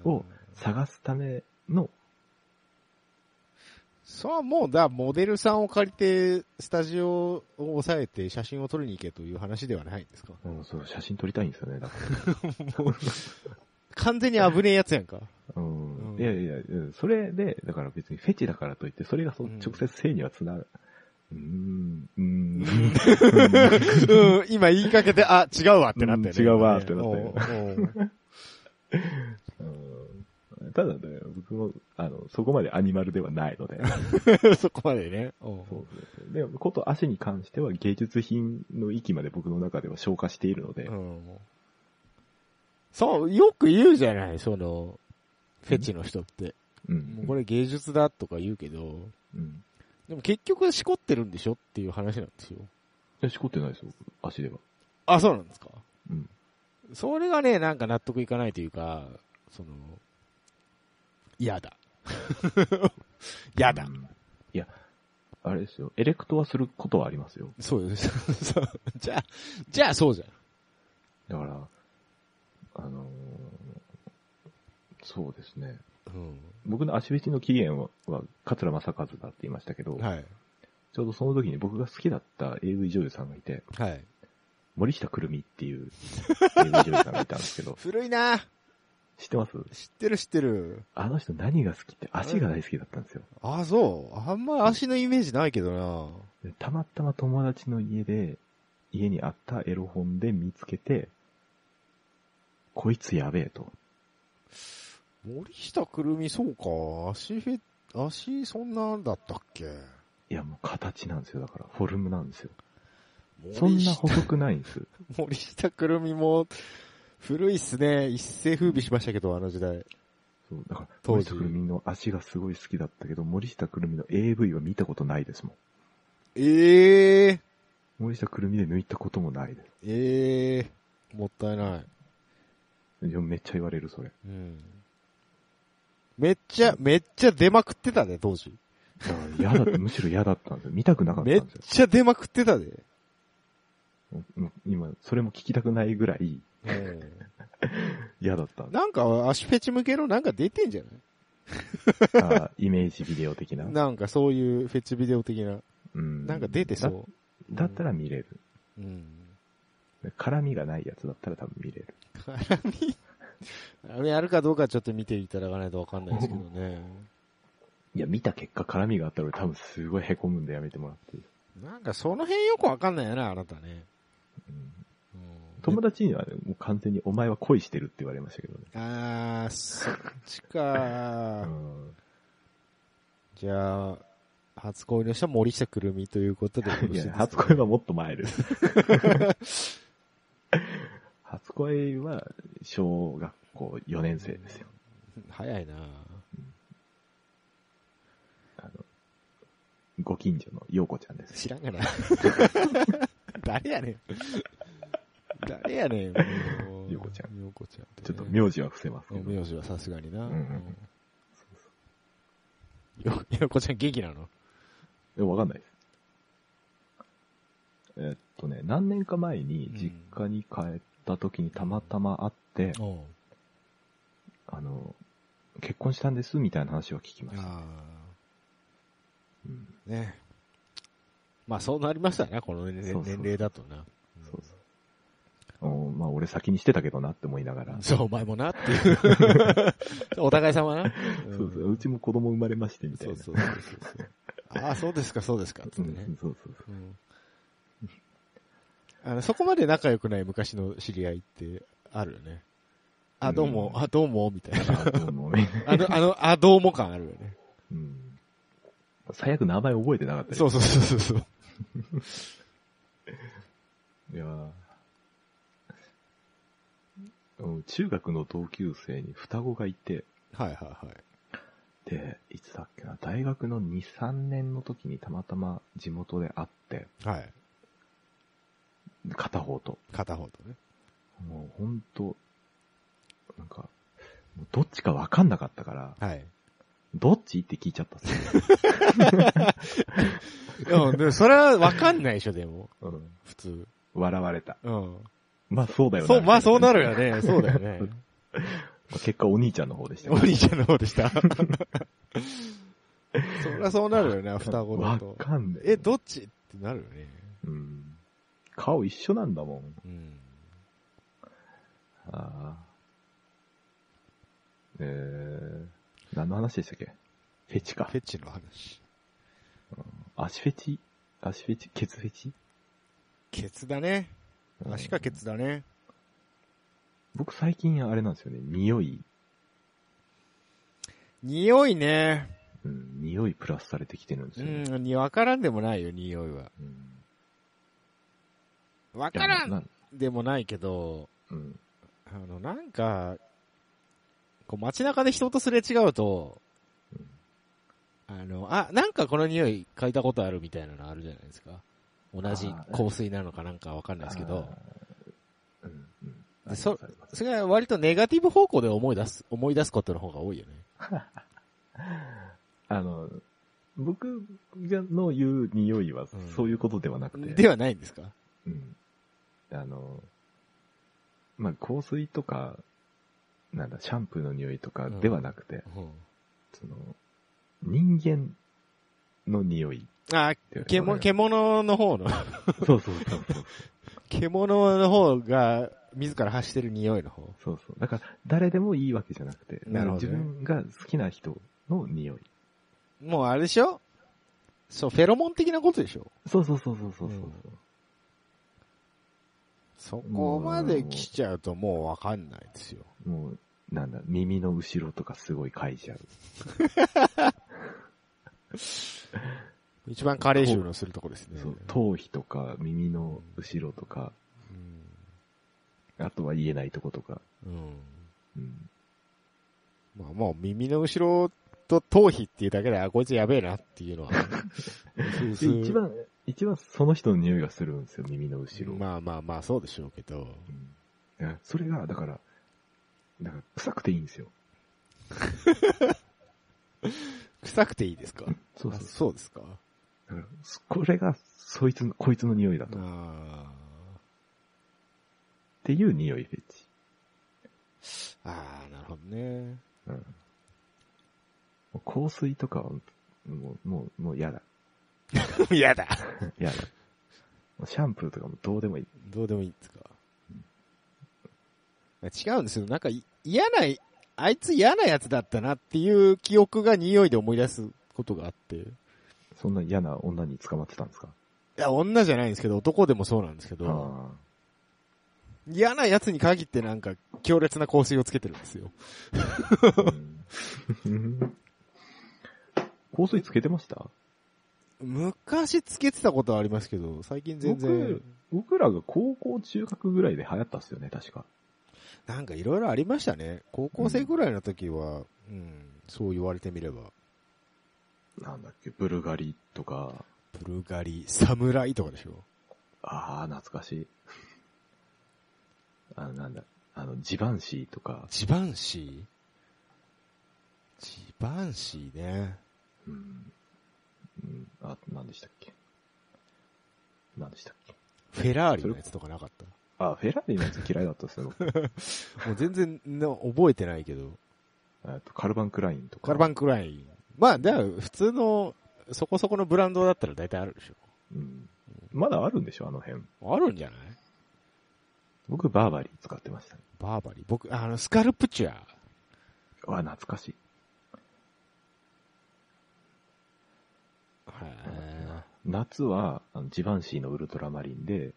Speaker 1: を探すための
Speaker 2: それはもう、だ、モデルさんを借りて、スタジオを抑えて写真を撮りに行けという話ではないんですか
Speaker 1: うん、そう、写真撮りたいんですよね、だか
Speaker 2: 完全に危ねえやつやんか。
Speaker 1: ら。うん。
Speaker 2: うん
Speaker 1: いやいや、うんそれで、だから別にフェチだからといって、それがそう
Speaker 2: うん
Speaker 1: 直接性にはつながる。うーん、うー
Speaker 2: [LAUGHS]
Speaker 1: ん、
Speaker 2: うん、今言いかけて、あ、違うわってなったよね。
Speaker 1: うん違うわってなったよ
Speaker 2: ったよ。
Speaker 1: うんただね、僕も、あの、そこまでアニマルではない
Speaker 2: [LAUGHS]
Speaker 1: ので。
Speaker 2: うんそこまでね。うん
Speaker 1: そうそうで、こと足に関しては芸術品の域まで僕の中では消化しているので、
Speaker 2: うんそう、よく言うじゃない、その、フェチの人って。
Speaker 1: うん
Speaker 2: もうこれ芸術だとか言うけど、
Speaker 1: うん。
Speaker 2: でも結局しこってるんでしょっていう話なんですよ。
Speaker 1: いや、しこってないですよ、足では。
Speaker 2: あ、そうなんですか
Speaker 1: うん。
Speaker 2: それがね、なんか納得いかないというか、その、嫌 [LAUGHS] だ。嫌だ
Speaker 1: う。んいや、あれですよ、エレクトはすることはありますよ。
Speaker 2: そうです。 [LAUGHS] そうじゃあ、じゃあそうじゃん。
Speaker 1: だから、あのーそうですね。
Speaker 2: う
Speaker 1: 僕の足フェチの起源は、桂正和だって言いましたけど、
Speaker 2: ん。はい。
Speaker 1: ちょうどその時に僕が好きだった AV 女優さんがいて、
Speaker 2: はい。
Speaker 1: 森下くるみっていう AV 女優さんがいたんですけど、 [LAUGHS]
Speaker 2: 古いな
Speaker 1: 知ってます
Speaker 2: 知ってる知ってる。
Speaker 1: あの人何が好きって足が大好きだったんですよ。
Speaker 2: あ、そう。あんま足のイメージないけどな
Speaker 1: でたまたま友達の家で、家にあったエロ本で見つけて、こいつやべえと。
Speaker 2: 森下くるみ、そうか。足フェ、足そんなだったっけ
Speaker 1: いやもう形なんですよ。だからフォルムなんですよ。そ
Speaker 2: 森
Speaker 1: ん
Speaker 2: 下 [LAUGHS]
Speaker 1: な細くないんです。
Speaker 2: 森下くるみも、古いっすね。一世風靡しましたけど、あの時代。
Speaker 1: そうだから
Speaker 2: 当
Speaker 1: 森
Speaker 2: 時
Speaker 1: 下くるみの足がすごい好きだったけど、森下くるみの AV は見たことないですもん。
Speaker 2: ええ
Speaker 1: 森下くるみで抜いたこともないで
Speaker 2: ええもったいない。
Speaker 1: す。いやめっちゃ言われる、それ。
Speaker 2: うん。めっちゃ、めっちゃ出まくってたね、当時。
Speaker 1: だから嫌だ、むしろ嫌だったんですよ。見たくなかったん
Speaker 2: め
Speaker 1: で
Speaker 2: っちゃ出まくってたで。
Speaker 1: すよ。もう今、それも聞きたくないぐらい
Speaker 2: うん。
Speaker 1: 嫌だった
Speaker 2: [LAUGHS]
Speaker 1: んです
Speaker 2: なんか、足フェチ向けのなんか出てんじゃない
Speaker 1: あーイメージビデオ的な。
Speaker 2: なんかそういうフェチビデオ的な。
Speaker 1: うん
Speaker 2: なんか出てそう。
Speaker 1: だ。だったら見れる。
Speaker 2: うん。
Speaker 1: 絡みがないやつだったら多分見れる。
Speaker 2: 絡み、あれやるかどうかちょっと見ていただかないとわかんないですけどね。
Speaker 1: いや、見た結果絡みがあったら俺多分すごい凹むんでやめてもらっていい。
Speaker 2: なんかその辺よくわかんないよな、あなたね。
Speaker 1: うん
Speaker 2: うん
Speaker 1: 友達にはね、もう完全にお前は恋してるって言われましたけどね。
Speaker 2: あー、そっち
Speaker 1: う
Speaker 2: か。
Speaker 1: ん。
Speaker 2: じゃあ、初恋の人は森下くるみということでよろしい
Speaker 1: い
Speaker 2: ですか
Speaker 1: や、 [LAUGHS] 初恋はもっと前です。 [LAUGHS] 初恋は小学校4年生ですよ。
Speaker 2: 早いな
Speaker 1: あの、ご近所の陽子ちゃんです。
Speaker 2: 知らん
Speaker 1: [LAUGHS]
Speaker 2: がな。誰やねん。誰やねん。もう
Speaker 1: ようこちゃ
Speaker 2: ようこちゃんてね
Speaker 1: ちょっと名字は伏せますけ
Speaker 2: うん
Speaker 1: ど。
Speaker 2: 名字はさすがにな。
Speaker 1: うんうん
Speaker 2: よ、ようこちゃん元気なの
Speaker 1: え、わかんないです。えっとね、何年か前に実家に帰った時にたまたま会って、
Speaker 2: お
Speaker 1: あの、結婚したんですみたいな話は聞きました。
Speaker 2: あ
Speaker 1: うん、
Speaker 2: あ、ね。まあそうなりましたね、この年齢
Speaker 1: そうそう
Speaker 2: 年齢だとな。
Speaker 1: そうそう。おまあ俺先にしてたけどなって思いながら。
Speaker 2: そう、お前もなっていう。 [LAUGHS] お互い様な。ん
Speaker 1: そうそう。うちも子供生まれましてみたい
Speaker 2: そ
Speaker 1: な。
Speaker 2: うそうそうそう。ああ、そうですか、そうですか、つ
Speaker 1: う
Speaker 2: っ
Speaker 1: ん
Speaker 2: てね。
Speaker 1: そうそうそう
Speaker 2: うんあのそこまで仲良くない昔の知り合いってあるよね。あ、どうも、
Speaker 1: うん
Speaker 2: あ、どうも、みたいな。
Speaker 1: あどうもね
Speaker 2: あの、あの、あ、どうも感あるよね。
Speaker 1: うん最悪名前覚えてなかったです
Speaker 2: そうそうそうそうそう。
Speaker 1: いやーうん中学の同級生に双子がいて、
Speaker 2: はいはいはい。
Speaker 1: で、いつだっけな、大学の2、3年の時にたまたま地元で会って、
Speaker 2: はい。
Speaker 1: 片方と。
Speaker 2: 片方とね。
Speaker 1: もうほんと、なんか、もうどっちかわかんなかったから、
Speaker 2: はい。
Speaker 1: どっちって聞いちゃったっすよ。
Speaker 2: うん、でもそれはわかんないでしょ、でも。
Speaker 1: うん。
Speaker 2: [LAUGHS] 普通。
Speaker 1: 笑われた。
Speaker 2: うん。
Speaker 1: まあそうだよな
Speaker 2: そう、まあそうな
Speaker 1: る。
Speaker 2: るよね。 [LAUGHS] そうだよね。
Speaker 1: まあ結果お兄ちゃんの方でした
Speaker 2: お [LAUGHS]
Speaker 1: けど。
Speaker 2: 兄ちゃんの方でした。そうりゃそうなるよね、双子だ
Speaker 1: わ
Speaker 2: と。
Speaker 1: かんない。
Speaker 2: え、どっちってなるよね。
Speaker 1: うん。顔一緒なんだもん。
Speaker 2: うん。
Speaker 1: ああ。えー、何の話でしたっけフェチか
Speaker 2: フ。ェチの話。
Speaker 1: 足フェチ足フェチケツフェチ
Speaker 2: ケツだね。足かケツだね。
Speaker 1: 僕最近あれなんですよね。匂い、
Speaker 2: 匂いね。
Speaker 1: うん、匂いプラスされてきてるんです
Speaker 2: う
Speaker 1: よね。
Speaker 2: ん、にわからんでもないよ、匂いは。
Speaker 1: うん。
Speaker 2: わ
Speaker 1: い
Speaker 2: か
Speaker 1: や
Speaker 2: らん
Speaker 1: な
Speaker 2: でもないけど、
Speaker 1: うん。
Speaker 2: あの、なんか、こう街中で人とすれ違うと、
Speaker 1: うん
Speaker 2: あの、あ、なんかこの匂い嗅いだことあるみたいなのあるじゃないですか。同じ香水なのかなんかわかんないですけど、
Speaker 1: あー。うん、うん。
Speaker 2: でそ
Speaker 1: あります
Speaker 2: それは割とネガティブ方向で思い出す、思い出すことの方が多いよね。
Speaker 1: あの、僕がの言う匂いは
Speaker 2: うん
Speaker 1: そういうことではなくて、
Speaker 2: ではないんですか
Speaker 1: うん。あの、まあ、香水とか、なんだ、シャンプーの匂いとかではなくて、
Speaker 2: うん。
Speaker 1: その、人間の匂い。
Speaker 2: あ、獣、獣の方の、 [LAUGHS]
Speaker 1: そうそうそうそう。
Speaker 2: 獣の方が自ら発してる匂いの方。
Speaker 1: そうそう。だから、誰でもいいわけじゃなくて、
Speaker 2: なるほどね
Speaker 1: 自分が好きな人の匂い。
Speaker 2: もうあれでしょそう、フェロモン的なことでしょ
Speaker 1: そうそうそうそうそうそう。
Speaker 2: そこまで来ちゃうともうわかんないですよ。
Speaker 1: もう、なんだ、耳の後ろとかすごい嗅いじゃう。
Speaker 2: 一番加齢臭のするとこですね。
Speaker 1: そう、頭皮とか耳の後ろとか、あとは言えないとことか。
Speaker 2: うん。うん。
Speaker 1: うん。
Speaker 2: まあもう耳の後ろと頭皮っていうだけで、あ、こいつやべえなっていうのは。うす
Speaker 1: で
Speaker 2: うす
Speaker 1: 一番、一番その人の匂いがするんですよ、耳の後ろ。
Speaker 2: まあまあまあ、そうでしょうけど。
Speaker 1: うんいやそれが、だから、だから臭くていいんですよ。
Speaker 2: 臭くていいですか
Speaker 1: そう
Speaker 2: あ
Speaker 1: そう。
Speaker 2: そうですか
Speaker 1: だからこれが、そいつの、こいつの匂いだと。っ
Speaker 2: あ
Speaker 1: ていう匂いフェチ。
Speaker 2: ーあー、なるほどね。 [LAUGHS]
Speaker 1: うん。もう香水とかは、もう、もう、もう嫌だ。
Speaker 2: やだ。
Speaker 1: 嫌だ。もうシャンプーとかもどうでもいい。
Speaker 2: どうでもいいですか。違うんですよ。なんかい嫌な、あいつ嫌なやつだったなっていう記憶が匂いで思い出すことがあって。い
Speaker 1: そんな嫌な女に捕まってたんですか
Speaker 2: や、女じゃないんですけど、男でもそうなんですけど、
Speaker 1: あ
Speaker 2: 嫌なやつに限ってなんか強烈な香水をつけてるんですよ。
Speaker 1: あー。うん
Speaker 2: [LAUGHS]
Speaker 1: 香水つけてました
Speaker 2: 昔つけてたことはありますけど、最近全然
Speaker 1: 僕、僕らが高校中学ぐらいで流行ったっすよね、確か。
Speaker 2: なんかいろいろありましたね。高校生ぐらいの時は、うん、そう言われてみれば。
Speaker 1: なんだっけ、ブルガリとか、
Speaker 2: ブルガリ、侍とかでしょ。
Speaker 1: ああ、懐かしい。 [LAUGHS] あの、なんだ、あの、ジバンシーとか、
Speaker 2: ジバンシージバンシーね。
Speaker 1: うん。うん、あ、何でしたっけ。何でしたっけ。
Speaker 2: フェラーリのやつとかなかっ
Speaker 1: あ、フェラーリのやつ嫌いだったっすよ。
Speaker 2: [LAUGHS]
Speaker 1: 僕
Speaker 2: た。もう全然な覚えてないけど。
Speaker 1: えっとカルバンクラインとか。
Speaker 2: カルバンクライン。まあ、だから普通の、そこそこのブランドだったら大体あるでし
Speaker 1: うん。まだあるんでしょ、あの辺。
Speaker 2: ょ。あるんじゃない
Speaker 1: 僕、バーバリー使ってましたね。
Speaker 2: バーバリー。僕、あの、スカルプチュア。
Speaker 1: わ、懐かしい。
Speaker 2: は
Speaker 1: 夏は、あのジバンシーのウルトラマリンで、
Speaker 2: い。うん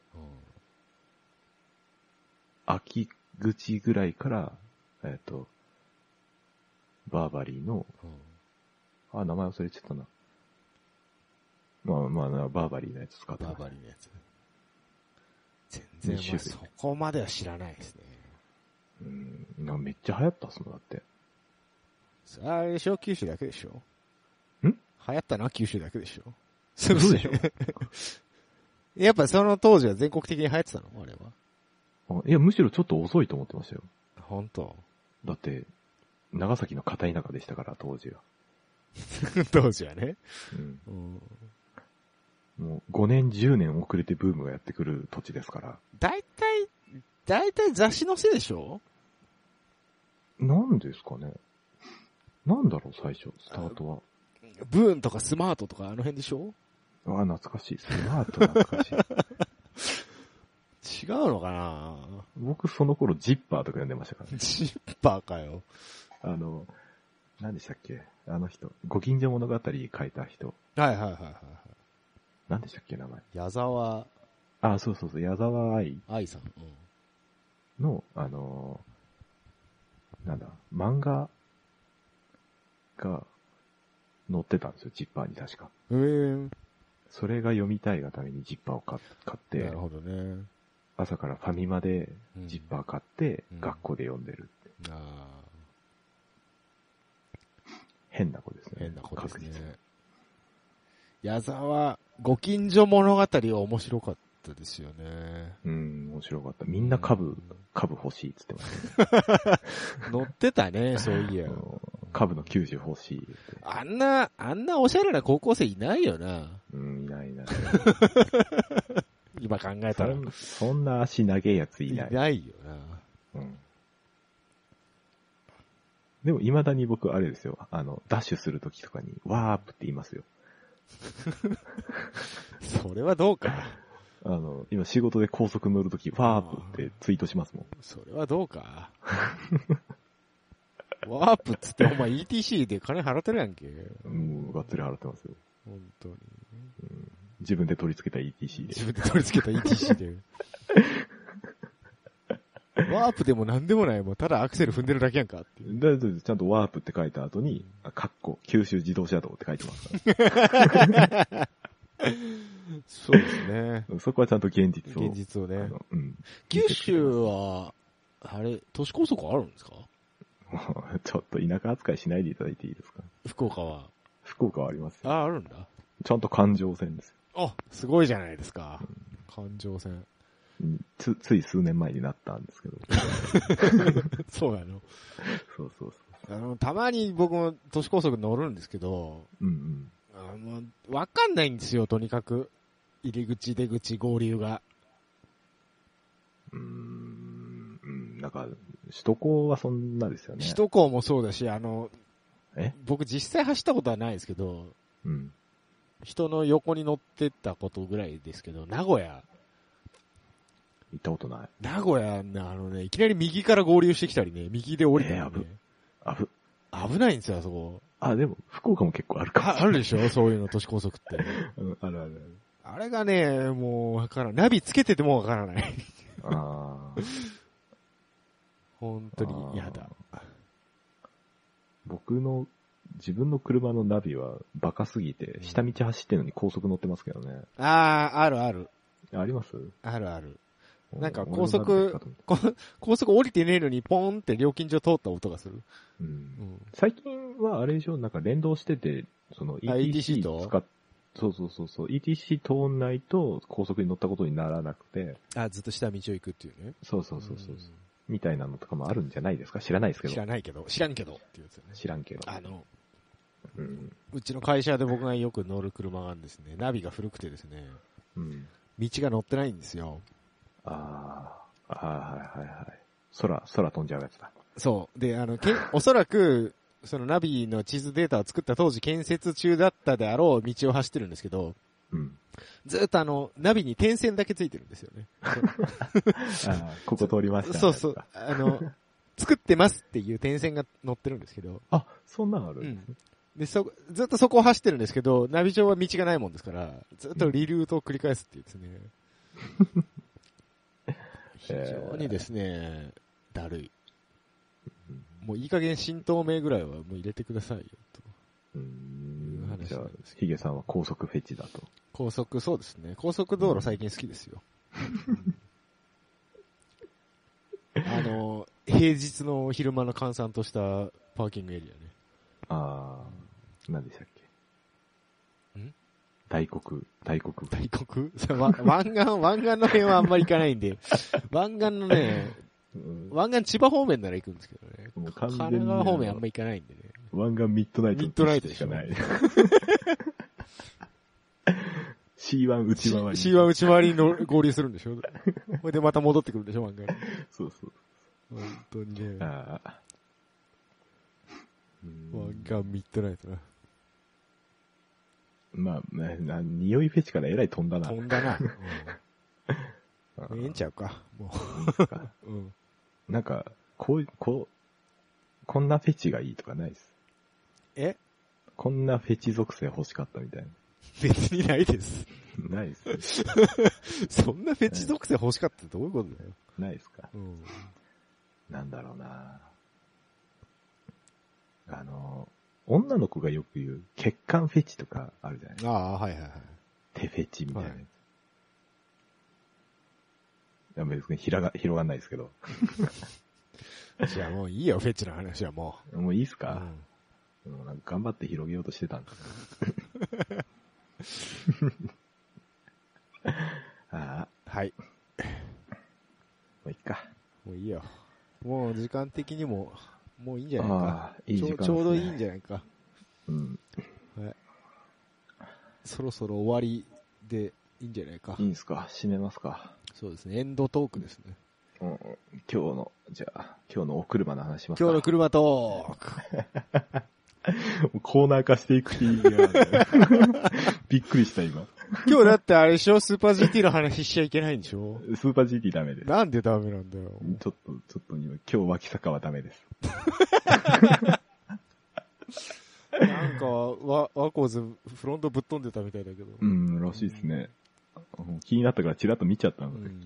Speaker 1: 秋口ぐらいから、えっ、と、バーバリーの、
Speaker 2: うん
Speaker 1: あ、名前忘れちゃったな。まあまあな、バーバリーのやつ使って
Speaker 2: バ
Speaker 1: まし
Speaker 2: ー
Speaker 1: た
Speaker 2: バリーのやつ。全然、まあ、
Speaker 1: 二種
Speaker 2: そ
Speaker 1: 類
Speaker 2: こまでは知らないですね。
Speaker 1: うん、なんかめっちゃ流行ったっすもん、だって。
Speaker 2: それあれでしょ九州だけでしょ
Speaker 1: ん
Speaker 2: 流行ったのは九州だけでしょそう
Speaker 1: そうでしょ
Speaker 2: [LAUGHS] やっぱその当時は全国的に流行ってたのあれは。
Speaker 1: あいや、むしろちょっと遅いと思ってましたよ。
Speaker 2: 本当
Speaker 1: だって、長崎の片田舎でしたから、当時は。
Speaker 2: [LAUGHS] 当時はね。
Speaker 1: うん。
Speaker 2: うん。
Speaker 1: もう5年、10年遅れてブームがやってくる土地ですから。
Speaker 2: 大体、大体雑誌のせいでしょ
Speaker 1: なんですかね。なんだろう、最初、スタートは。
Speaker 2: ブーンとかスマートとかあの辺でしょ
Speaker 1: うわ、懐かしい。スマート懐か
Speaker 2: [LAUGHS]
Speaker 1: しい。
Speaker 2: 違うのかな
Speaker 1: 僕その頃ジッパーとか呼んでましたからね。
Speaker 2: ジッパーかよ。
Speaker 1: あの、何でしたっけあの人。ご近所物語書いた人。
Speaker 2: はいはいはいはいは
Speaker 1: 何でしたっけ名前。
Speaker 2: い。矢沢
Speaker 1: あ、そうそうそう。矢沢愛
Speaker 2: 愛さん。うん。
Speaker 1: の、あのーなんだ、漫画が載ってたんですよ。ジッパーに確か。
Speaker 2: えー、
Speaker 1: それが読みたいがためにジッパーを買っ買って
Speaker 2: なる、ほどね。
Speaker 1: 朝からファミマで
Speaker 2: うん
Speaker 1: ジッパー買って、
Speaker 2: うん
Speaker 1: 学校で読んでるって。
Speaker 2: あ
Speaker 1: 変な子ですね。
Speaker 2: ー変なことですね
Speaker 1: 確実に。
Speaker 2: 矢沢、ご近所物語は面白かったですよね。
Speaker 1: うん、面白かった。みんな株、株欲しいって言ってましたね。
Speaker 2: うん乗ってた
Speaker 1: [LAUGHS]
Speaker 2: ね、そういや
Speaker 1: あ。の株の90欲しいって。
Speaker 2: あんな、あんなおしゃれな高校生いないよな。
Speaker 1: うん、いないい
Speaker 2: [LAUGHS]
Speaker 1: ない。
Speaker 2: 今考え
Speaker 1: そ
Speaker 2: たら。
Speaker 1: んそんな足長いやついない。
Speaker 2: よな。
Speaker 1: うん、でも、未だに僕、あれですよ。あの、ダッシュするときとかに、ワープって言いますよ。
Speaker 2: それはどうか。
Speaker 1: あの、今仕事で高速乗るとき、ワープってツイートしますもん。
Speaker 2: それはどう
Speaker 1: [LAUGHS]
Speaker 2: か。ワープっつってお前 ETC で金払ってるやんけ。
Speaker 1: うん、がっつり払ってますよ。
Speaker 2: 本当に。
Speaker 1: 自分で取り付けた ETC で。
Speaker 2: 自分で取り付けた ETC で。ワープでもなんでもない。もうただアクセル踏んでるだけやんかっていう。
Speaker 1: だだだちゃんとワープって書いた後に、あかっこ、九州自動車道って書いてますから
Speaker 2: そうですね。
Speaker 1: うん。 [LAUGHS] そこはちゃんと現実を。
Speaker 2: 現実を
Speaker 1: あ
Speaker 2: ね。
Speaker 1: のうん。 [LAUGHS]
Speaker 2: 九州は、あれ、都市高速あるんですか
Speaker 1: もうちょっと田舎扱いしないでいただいていいですか
Speaker 2: 福岡は。
Speaker 1: 福岡はありますよ。
Speaker 2: あ、あるんだ。
Speaker 1: ちゃんと環状線ですよ。
Speaker 2: あ、すごいじゃないですか。環状線。
Speaker 1: うんつ、つい数年前になったんですけど。
Speaker 2: [LAUGHS] そうなの。
Speaker 1: そうそうそ
Speaker 2: あの、たまに僕も都市高速乗るんですけど、
Speaker 1: う。うん
Speaker 2: あの、わかんないんですよ、とにかく。入り口、出口、合流が。
Speaker 1: うん。うーん、うんなんか、首都高はそんなですよね。
Speaker 2: 首都高もそうだし、あの、
Speaker 1: え
Speaker 2: 僕実際走ったことはないですけど、
Speaker 1: うん。
Speaker 2: 人の横に乗ってったことぐらいですけど、名古屋、
Speaker 1: 行ったことない。
Speaker 2: 名古屋ね、あのね、いきなり右から合流してきたりね、右で降りたりね
Speaker 1: えーあ、ふ、
Speaker 2: 危ないんですよ、あそこ。
Speaker 1: あ、でも、福岡も結構ある
Speaker 2: あ
Speaker 1: か。
Speaker 2: あるでしょそういうの、都市高速って。
Speaker 1: [LAUGHS] うんあるある
Speaker 2: あれがね、もうわからん。ナビつけててもわからない。
Speaker 1: ある。あー
Speaker 2: 本当に嫌だ。
Speaker 1: 僕の、自分の車のナビはバカすぎて、下道走ってるのに高速乗ってますけどね。
Speaker 2: ああ、あるある。
Speaker 1: あります
Speaker 2: あるある。なんか
Speaker 1: 俺の
Speaker 2: 高速
Speaker 1: ナビかと思って
Speaker 2: こ高速降りてねえのにポーンって料金所通った音がする。
Speaker 1: うん
Speaker 2: う。ん。
Speaker 1: 最近はあれでしょ、なんか連動してて、その
Speaker 2: あ ETC
Speaker 1: ETC
Speaker 2: と
Speaker 1: 使っ、そうそうそうそう、ETC 通んないと高速に乗ったことにならなくて、
Speaker 2: あ、ずっと下道を行くっていうね。
Speaker 1: そうそうそうそう、みたいなのとかもあるんじゃないですか知らないですけ
Speaker 2: ん知
Speaker 1: ど。
Speaker 2: らないけど、知らんけどっていうやつよね。
Speaker 1: 知らんけど。
Speaker 2: あの、
Speaker 1: うん。
Speaker 2: うちの会社で僕がよく乗る車があるんですね、ナビが古くてですね、
Speaker 1: うん。
Speaker 2: 道が乗ってないんですよ。
Speaker 1: ああ、あーはいはいはい。空、空飛んじゃうやつだ。
Speaker 2: そう。で、あの、けおそらく、そのナビの地図データを作った当時建設中だったであろう道を走ってるんですけど、
Speaker 1: うん。
Speaker 2: ずっとあの、ナビに点線だけついてるんですよね。
Speaker 1: あ
Speaker 2: [LAUGHS]
Speaker 1: ーここ通りました。
Speaker 2: そうそう。あの、作ってますっていう点線が乗ってるんですけど、
Speaker 1: あ、そんなんある、
Speaker 2: うん。で、そ、ずっとそこを走ってるんですけど、ナビ上は道がないもんですから、ずっとリルートを繰り返すっていうですね。非常にですね、だるい。
Speaker 1: うん
Speaker 2: もういい加減新東名ぐらいはもう入れてくださいよと。
Speaker 1: うー。
Speaker 2: いうん話
Speaker 1: じゃあ
Speaker 2: なんです、
Speaker 1: ヒゲさんは高速フェチだと。
Speaker 2: 高速、そうですね。高速道路最近好きですよ。あの、平日の昼間の閑散としたパーキングエリアね。
Speaker 1: ああ、何でしたっけ
Speaker 2: ん
Speaker 1: 大黒、大黒。
Speaker 2: 大 [LAUGHS] 黒そうわ湾岸、湾岸の辺はあんまり行かないん [LAUGHS] で、湾岸のね、
Speaker 1: うん
Speaker 2: 湾岸千葉方面なら行くんですけどね。
Speaker 1: もう完
Speaker 2: 神
Speaker 1: 全に
Speaker 2: 奈川方面あんま行かないんでね。
Speaker 1: 湾岸ミッドナイトの
Speaker 2: ミッドナイト
Speaker 1: しかない。C1 内回り。
Speaker 2: C は内回りに乗合流するんでしょ [LAUGHS] ほいでまた戻ってくるんでしょ湾岸。
Speaker 1: そうそう。
Speaker 2: 本当にね。
Speaker 1: ああ。うーん
Speaker 2: 湾岸ミッドナイトな。
Speaker 1: まあ、なな匂いフェチからえらい飛んだな。
Speaker 2: 飛んだな。
Speaker 1: う
Speaker 2: うんん、ええんちゃうか。も
Speaker 1: いいですか
Speaker 2: [LAUGHS] う。うん。
Speaker 1: なんか、こう、こう、こんなフェチがいいとかないです。
Speaker 2: え
Speaker 1: こんなフェチ属性欲しかったみたい
Speaker 2: 別にないです。
Speaker 1: な。ないです。
Speaker 2: そんなフェチ属性欲しかったってどういうことだよ。
Speaker 1: ないですか。
Speaker 2: うん。
Speaker 1: なんだろうなあの、女の子がよく言う、血管フェチとかあるじゃないですか。
Speaker 2: ああ、はいはいはい。
Speaker 1: 手フェチみたいなやつ。
Speaker 2: はい
Speaker 1: いや別に広が、広がんないですけど。
Speaker 2: じゃあもういいよ、フェチの話はも
Speaker 1: もういいっす
Speaker 2: う。う
Speaker 1: か、
Speaker 2: ん
Speaker 1: もうなんか頑張って広げようとしてたんです
Speaker 2: [LAUGHS]
Speaker 1: けどああ、
Speaker 2: はい。
Speaker 1: もういいか。
Speaker 2: もういいよ。もう時間的にも、もういいんじゃないか。
Speaker 1: ああ、いい時間です、ね、
Speaker 2: ちょうちょうどいいんじゃないか。
Speaker 1: うん。
Speaker 2: そろそろ終わりでいいんじゃないか
Speaker 1: いい。んすか閉めますか
Speaker 2: そうですね。エンドトークですね。
Speaker 1: うん、今日の、じゃあ、今日のお車の話しますか
Speaker 2: 今日の車トーク。
Speaker 1: コーナー化していく気が。 [LAUGHS] びっくりした今。
Speaker 2: [LAUGHS] 今日だってあれでしょスーパー GT の話しちゃいけないんでしょ
Speaker 1: スーパー GT ダメです。
Speaker 2: なんでダメなんだよ。
Speaker 1: ちょっと、ちょっと今、今日脇坂はダメです。
Speaker 2: なんか、ワワコーズフロントぶっ飛んでたみたいだけど。
Speaker 1: うん、らしいですね。うん気になったからチラッと見ちゃった
Speaker 2: う
Speaker 1: ので。
Speaker 2: ん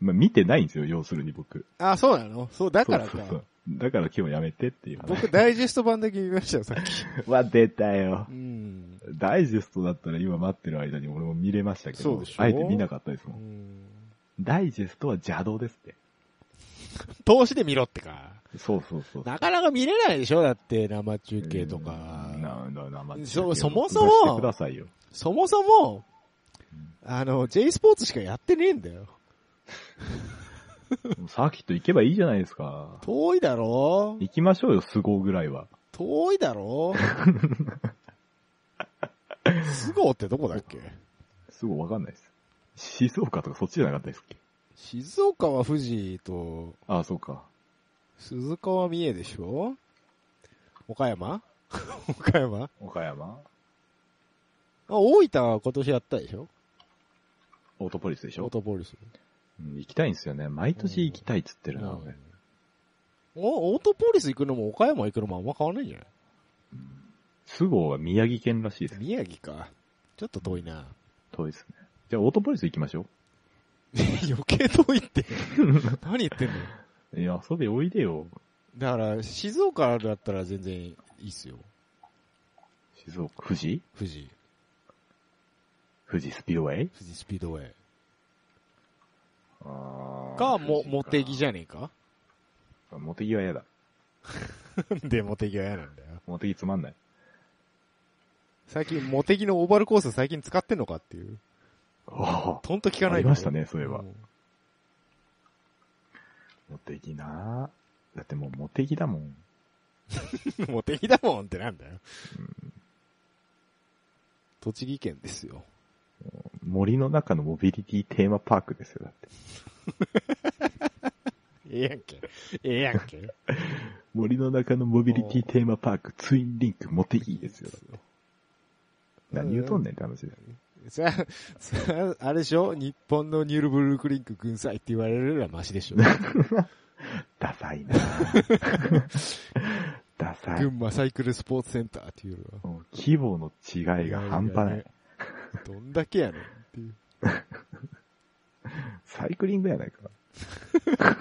Speaker 1: まあ見てないんですよ、要するに僕。
Speaker 2: あ、そうなのそう、だから
Speaker 1: そうそう
Speaker 2: か
Speaker 1: そ。う。だから今日やめてっていう話。
Speaker 2: 僕、ダイジェスト版だけ見ましたよ、さっき。
Speaker 1: [LAUGHS] は出たよ
Speaker 2: う。ん。
Speaker 1: ダイジェストだったら今待ってる間に俺も見れましたけ
Speaker 2: そう
Speaker 1: ど
Speaker 2: でし、ょ
Speaker 1: あえて見なかったです
Speaker 2: う
Speaker 1: もん。
Speaker 2: ん
Speaker 1: ダイジェストは邪道ですって。
Speaker 2: 投資で見ろってか。
Speaker 1: そうそうそう。
Speaker 2: なかなか見れないでしょだって、生中
Speaker 1: うん
Speaker 2: 継とか。
Speaker 1: な、な、な、まあ
Speaker 2: そそもそ
Speaker 1: 出
Speaker 2: も
Speaker 1: してくださいよ。
Speaker 2: そもそも、あの、J スポーツしかやってねえんだよ。
Speaker 1: サーキット行けばいいじゃないですか。
Speaker 2: 遠いだろ
Speaker 1: 行きましょうよ、スゴぐらいは。
Speaker 2: 遠いだろ
Speaker 1: [LAUGHS]
Speaker 2: スゴーってどこだっけ
Speaker 1: すごいわかんないです。静岡とかそっちじゃなかったですっけ
Speaker 2: 静岡は富士と、
Speaker 1: ああ、そうか。
Speaker 2: 鈴鹿は三重でしょ岡山 [LAUGHS] 岡山あ、
Speaker 1: 岡山
Speaker 2: 大分は今年やったでしょ
Speaker 1: オートポリスでし
Speaker 2: オー
Speaker 1: ょ、
Speaker 2: トポリス。
Speaker 1: うん、行きたいんですよね。毎年行きたいっつってるな、
Speaker 2: うん
Speaker 1: 俺。
Speaker 2: おオートポリス行くのも岡山行くのもあんま変わんないんじゃない
Speaker 1: スゴは宮城県らしいです。
Speaker 2: 宮城か。ちょっと遠いな。 [LAUGHS]
Speaker 1: 遠いですね。じゃあ、オートポリス行きましょ
Speaker 2: 余計遠
Speaker 1: [LAUGHS]
Speaker 2: いって。何言ってんの
Speaker 1: う。いや、遊びおいでよ。
Speaker 2: だから、静岡だったら全然いいっすよ。
Speaker 1: 静岡、富士
Speaker 2: 富士、
Speaker 1: 富士スピードウェイ
Speaker 2: 富士スピードウェイ。
Speaker 1: あ
Speaker 2: か、も、モテギじ
Speaker 1: ゃ
Speaker 2: ゃねえか
Speaker 1: ん。モテギは嫌だ。
Speaker 2: で、モテギは嫌なんだよ。
Speaker 1: モテギつまんない。
Speaker 2: 最近、モテギのオーバルコース最近使ってんのかっていう。
Speaker 1: あ
Speaker 2: とんと聞
Speaker 1: あ、
Speaker 2: か
Speaker 1: あ
Speaker 2: ない
Speaker 1: り
Speaker 2: けど
Speaker 1: ました [LAUGHS] ね、それは。
Speaker 2: ん
Speaker 1: モテギなぁだってもうモテギだもん。
Speaker 2: モテギだもんってなんだよ。栃木県です
Speaker 1: [LAUGHS]
Speaker 2: よ。
Speaker 1: 森の中のモビリティテーマパークですよ、だって。
Speaker 2: ええやんけ。ええやんけ。
Speaker 1: 森の中のモビリティテーマパーク、ツインリンクモテギですよ。何言うとんねんって話です。
Speaker 2: [LAUGHS] それはそれはあれでしょ日本のニュルブルクリンク軍祭って言われるよりはマシでしょ
Speaker 1: ダサ [LAUGHS] いなぁダサい
Speaker 2: 群。馬サイクルスポーツセンターっていうよりは。
Speaker 1: もう規模の違いが半端ない。。
Speaker 2: どんだけやねんっていう。
Speaker 1: サイクリングやないか。 [LAUGHS]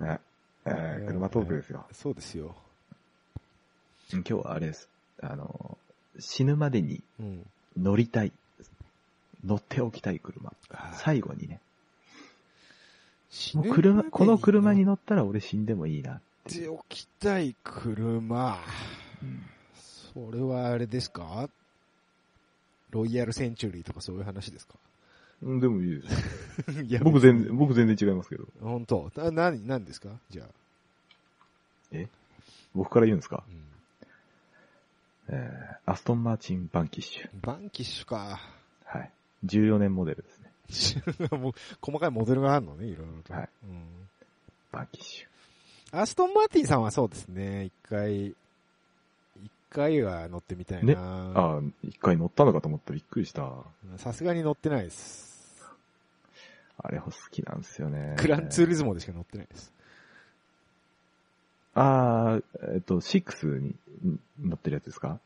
Speaker 1: あえー車トークですよ。
Speaker 2: そうですよ。
Speaker 1: 今日はあれです。あの、死ぬまでに
Speaker 2: うん。
Speaker 1: 乗りたい。乗っておきたい車。最後にね。もう車、この車に乗ったら俺死んでもいいな。
Speaker 2: 乗っておきたい車。それはあれですかロイヤルセンチュリーとかそういう話ですか
Speaker 1: うん、でもいい [LAUGHS] です。
Speaker 2: いや
Speaker 1: 僕全然、僕全然違いますけど。
Speaker 2: 本当な、な、なんですかじゃあ。
Speaker 1: 僕から言うんですかえー、アストンマーチン・バンキッシュ。
Speaker 2: バンキッシュか。
Speaker 1: はい。14年モデルですね。 [LAUGHS]
Speaker 2: もう、細かいモデルがあるのね、いろいろと。
Speaker 1: はい
Speaker 2: うん
Speaker 1: バンキッシュ。
Speaker 2: アストン・マーティンさんはそうですね、一回、一回は乗ってみたい
Speaker 1: ね
Speaker 2: な。
Speaker 1: ああ、一回乗ったのかと思ったびっくりした。
Speaker 2: さすがに乗ってないです。
Speaker 1: あれ好きなんですよね。
Speaker 2: グランツーリズモでしか乗ってないです。
Speaker 1: ああ、えっと、6にん乗ってるやつですか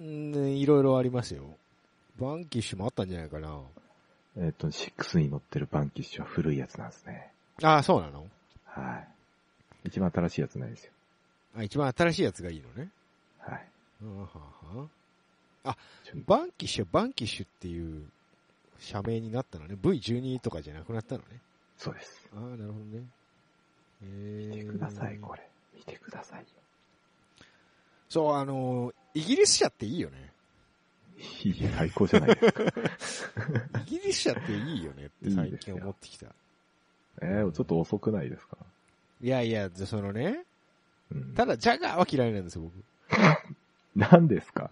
Speaker 2: うん、いろいろありますよ。バンキッシュもあったんじゃないかな。
Speaker 1: えっと、6に乗ってるバンキッシュは古いやつなんですね。
Speaker 2: ああ、そうなの
Speaker 1: はい。一番新しいやつないですよ。
Speaker 2: あ、一番新しいやつがいいのね。
Speaker 1: はい。
Speaker 2: うんはんはん
Speaker 1: ちょ
Speaker 2: バンキッシュはバンキッシュっていう社名になったのね。V12 とかじゃなくなったのね。
Speaker 1: そうです。
Speaker 2: ああ、なるほどね。えー
Speaker 1: 見てください、これ。見てくださいよ。
Speaker 2: そう、あのーイギリス車っていいよね。
Speaker 1: いい、最高じゃないですか。
Speaker 2: イギリス車っていいよねって最近思ってきた。い
Speaker 1: えー、ちょっと遅くないですか
Speaker 2: やいや、じゃあそのね、
Speaker 1: うん。
Speaker 2: ただジャガーは嫌いなんですよ、
Speaker 1: 何ですか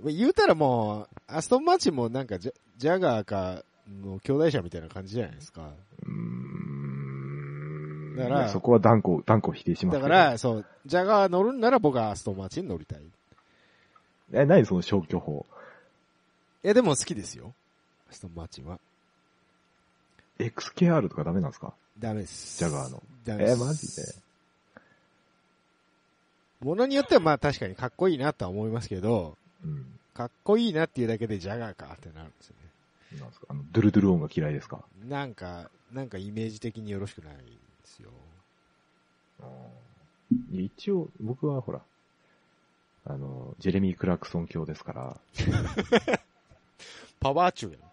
Speaker 2: 僕。言うたらもう、アストンマーチンもなんかジャジャガーかの兄弟車みたいな感じじゃないですか。
Speaker 1: うーん。
Speaker 2: だから
Speaker 1: いやそこは断固、断固否定します
Speaker 2: だ
Speaker 1: よ
Speaker 2: から、そう、ジャガー乗るんなら僕はアストンマーチン乗りたい。い
Speaker 1: え、何その消去法。
Speaker 2: や、でも好きですよ。アストンマーチンは。
Speaker 1: XKR とかダメなんですか
Speaker 2: ダメです。
Speaker 1: ジャガーの。
Speaker 2: ダメで
Speaker 1: え
Speaker 2: す。
Speaker 1: ー、マジで。
Speaker 2: ものによってはまあ確かにかっこいいなとは思いますけど、
Speaker 1: うん。
Speaker 2: かっこいいなっていうだけでジャガーかってなるんですよね。
Speaker 1: なんですかあの、ドゥルドゥル音が嫌いですか
Speaker 2: なんか、なんかイメージ的によろしくないんですよ。
Speaker 1: いや一応、僕はほら、あの、ジェレミー・クラクソン教ですから、
Speaker 2: パワー中やんか。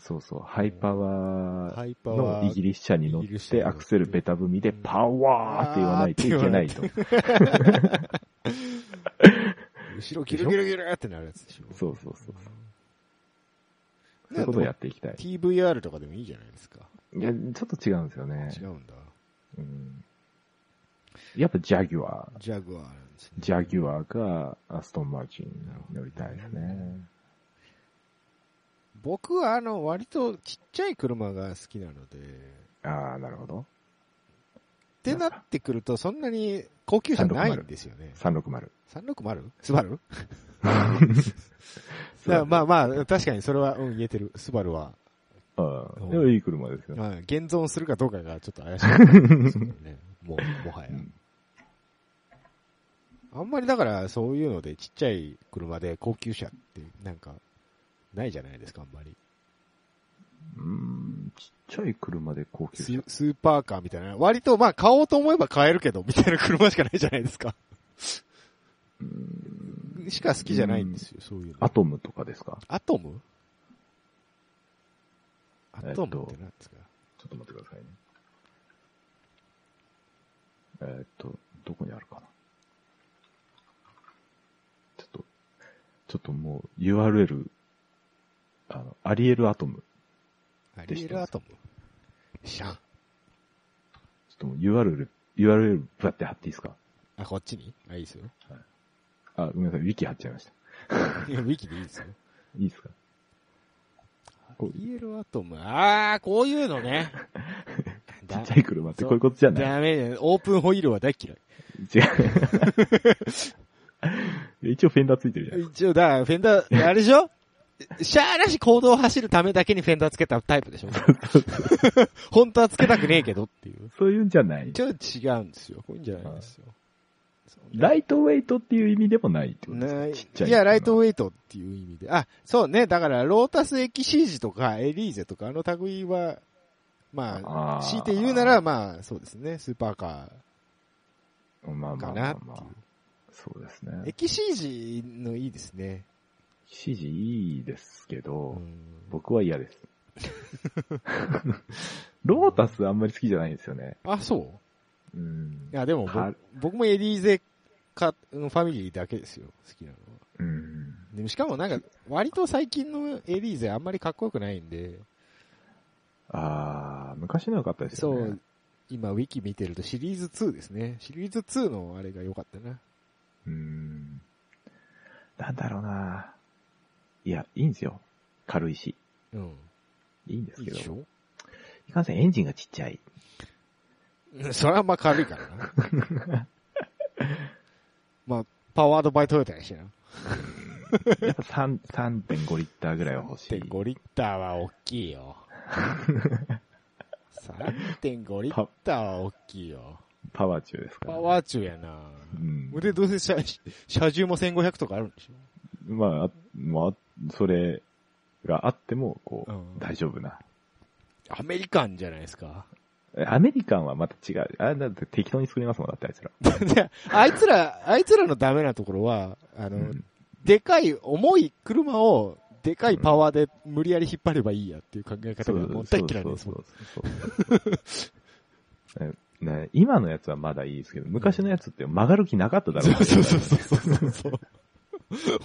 Speaker 1: そうそう、ハイパワー
Speaker 2: ハイパワ
Speaker 1: の
Speaker 2: ー。
Speaker 1: イギリス車に乗
Speaker 2: イギリ
Speaker 1: っ
Speaker 2: ス車に
Speaker 1: て、
Speaker 2: 乗
Speaker 1: ア
Speaker 2: って
Speaker 1: クセルベタ踏みで、パワーって言わないといけないと。
Speaker 2: 後ろギルギルギルってなるやつでしょ。
Speaker 1: そうそうそう。そう
Speaker 2: ないん
Speaker 1: うこ
Speaker 2: か
Speaker 1: とを
Speaker 2: で
Speaker 1: や
Speaker 2: も
Speaker 1: っていきたい。
Speaker 2: TVR とかでもいいじゃないですか。
Speaker 1: いや、ちょっと違うんですよね。
Speaker 2: 違うんだ。
Speaker 1: うん、やっぱジャギュアー。
Speaker 2: ジャグアーなんですね。
Speaker 1: ジャギュアーか、アストン・マーチンに乗りたいですね。
Speaker 2: 僕はあの、割とちっちゃい車が好きなので、っ
Speaker 1: ああ、なるほど。
Speaker 2: てなってくるとそんなに高級車ないんですよね。
Speaker 1: 360。
Speaker 2: 360? ス
Speaker 1: [LAUGHS]
Speaker 2: バルだからまあまあ、確かにそれは、うん、言えてる。スバルは。
Speaker 1: あ
Speaker 2: うん
Speaker 1: あ、でもいい車ですよ。
Speaker 2: まあ、現存するかどうかがちょっと [LAUGHS] 怪しいですけどね。もう、もはや
Speaker 1: うん。
Speaker 2: あんまりだから、そういうので、ちっちゃい車で高級車って、なんか、ないじゃないですか、あんまり。
Speaker 1: うーん、ちっちゃい車で高級
Speaker 2: ス
Speaker 1: 車。
Speaker 2: スーパーカーみたいな。割と、まあ、買おうと思えば買えるけど、みたいな車しかないじゃないですか。
Speaker 1: うーん
Speaker 2: しか好きじゃないんですよ、そういうの。
Speaker 1: アトムとかですか
Speaker 2: アトムア
Speaker 1: えっと
Speaker 2: トムって何ですか、
Speaker 1: ちょっと待ってくださいね。えーっと、どこにあるかな。ちょっと、ちょっともう URL、あの、アリエルアトム。
Speaker 2: アリエルアトム知らん。
Speaker 1: ちょっともう URL、URL ぶわって貼っていいですか
Speaker 2: あ、こっちにあ、いいですよ。
Speaker 1: あ、ごめんなさい、ウィキ貼っちゃいました。
Speaker 2: いやウィキでいいですよ。
Speaker 1: いいですかこう
Speaker 2: イエローアトム。あー、こういうの
Speaker 1: [LAUGHS]
Speaker 2: ね。
Speaker 1: ちっちゃい車ってこういうことじゃない
Speaker 2: ダメだよ。オープンホイールは大嫌い。
Speaker 1: 違う。 [LAUGHS] 一応フェンダーついてるじゃないです
Speaker 2: 一応、だから、フェンダー、あれでしょシャーなし行動を走るためだけにフェンダーつけたタイプ
Speaker 1: [LAUGHS]
Speaker 2: でしょ本当はつけたくねえけどっていう。
Speaker 1: か。そういうんじゃない。
Speaker 2: ちょっと違うんですよ。こういうんじゃないんですよ。
Speaker 1: ライトウェイトっていう意味でもないってことです
Speaker 2: な
Speaker 1: ね。
Speaker 2: い
Speaker 1: ちっちゃい。
Speaker 2: いや、ライトウェイトっていう意味で。あ、そうね。だから、ロータスエキシージとか、エリーゼとか、あの類は、まあ、
Speaker 1: あー
Speaker 2: 強いて言うなら、、まあ、そうですね。スーパーカー。
Speaker 1: まあまあま
Speaker 2: か
Speaker 1: あ
Speaker 2: な
Speaker 1: ま
Speaker 2: っていう
Speaker 1: あ。そうです
Speaker 2: エ
Speaker 1: ね。
Speaker 2: キシージのいいですね。
Speaker 1: 指示いいですけ
Speaker 2: う
Speaker 1: ど、
Speaker 2: ん
Speaker 1: 僕は嫌
Speaker 2: [LAUGHS]
Speaker 1: です。ロータスあんまり好きじゃないんですよね。
Speaker 2: あ、そう
Speaker 1: うん
Speaker 2: い。や、でも
Speaker 1: は
Speaker 2: 僕、僕もエリーゼか、のファミリーだけですよ、好きなのは。
Speaker 1: うん。
Speaker 2: でもしかもなんか、割と最近のエリーゼあんまりかっこよくないんで、
Speaker 1: あー、昔の良かったです
Speaker 2: そ
Speaker 1: よね
Speaker 2: う。、今ウィキ見てるとシリーズ2ですね。シリーズ2のあれが良かったな。
Speaker 1: うん。なんだろうな。いや、いいんですよ。軽いし。
Speaker 2: うん。
Speaker 1: いいんです
Speaker 2: いい
Speaker 1: け
Speaker 2: でし
Speaker 1: ど。
Speaker 2: ょ
Speaker 1: いかんせんエンジンがちっちゃい。
Speaker 2: [LAUGHS] それはあんま軽いからな。まあ、パワードバイトヨタにしてな。
Speaker 1: やっぱ3 3.5リッターぐらいは欲しい。
Speaker 2: 3.5リッターは大きいよ。3.5リッターは大きいよ。
Speaker 1: パワー中ですか
Speaker 2: パ
Speaker 1: ら、
Speaker 2: ワー中やな。
Speaker 1: うん。
Speaker 2: 腕どうせ車、車重も1500とかあるんでし
Speaker 1: まあ、あまあ、それがあっても、こう、
Speaker 2: ょうん。
Speaker 1: 大丈夫な。
Speaker 2: アメリカンじゃないですか。
Speaker 1: えアメリカンはまた違う。あ、だって適当に作りますもん、だってあいつら。
Speaker 2: [LAUGHS] であいつら、あいつらのダメなところは、あの、
Speaker 1: うん
Speaker 2: でかい、重い車を、でかいパワーで無理やり引っ張ればいいやっていう考え方がもう大嫌いですもん。
Speaker 1: そうそうそう [LAUGHS] えね今のやつはまだいいですけど、昔のやつって曲がる気なかっただろ
Speaker 2: そううそうそうそうそう [LAUGHS] そう。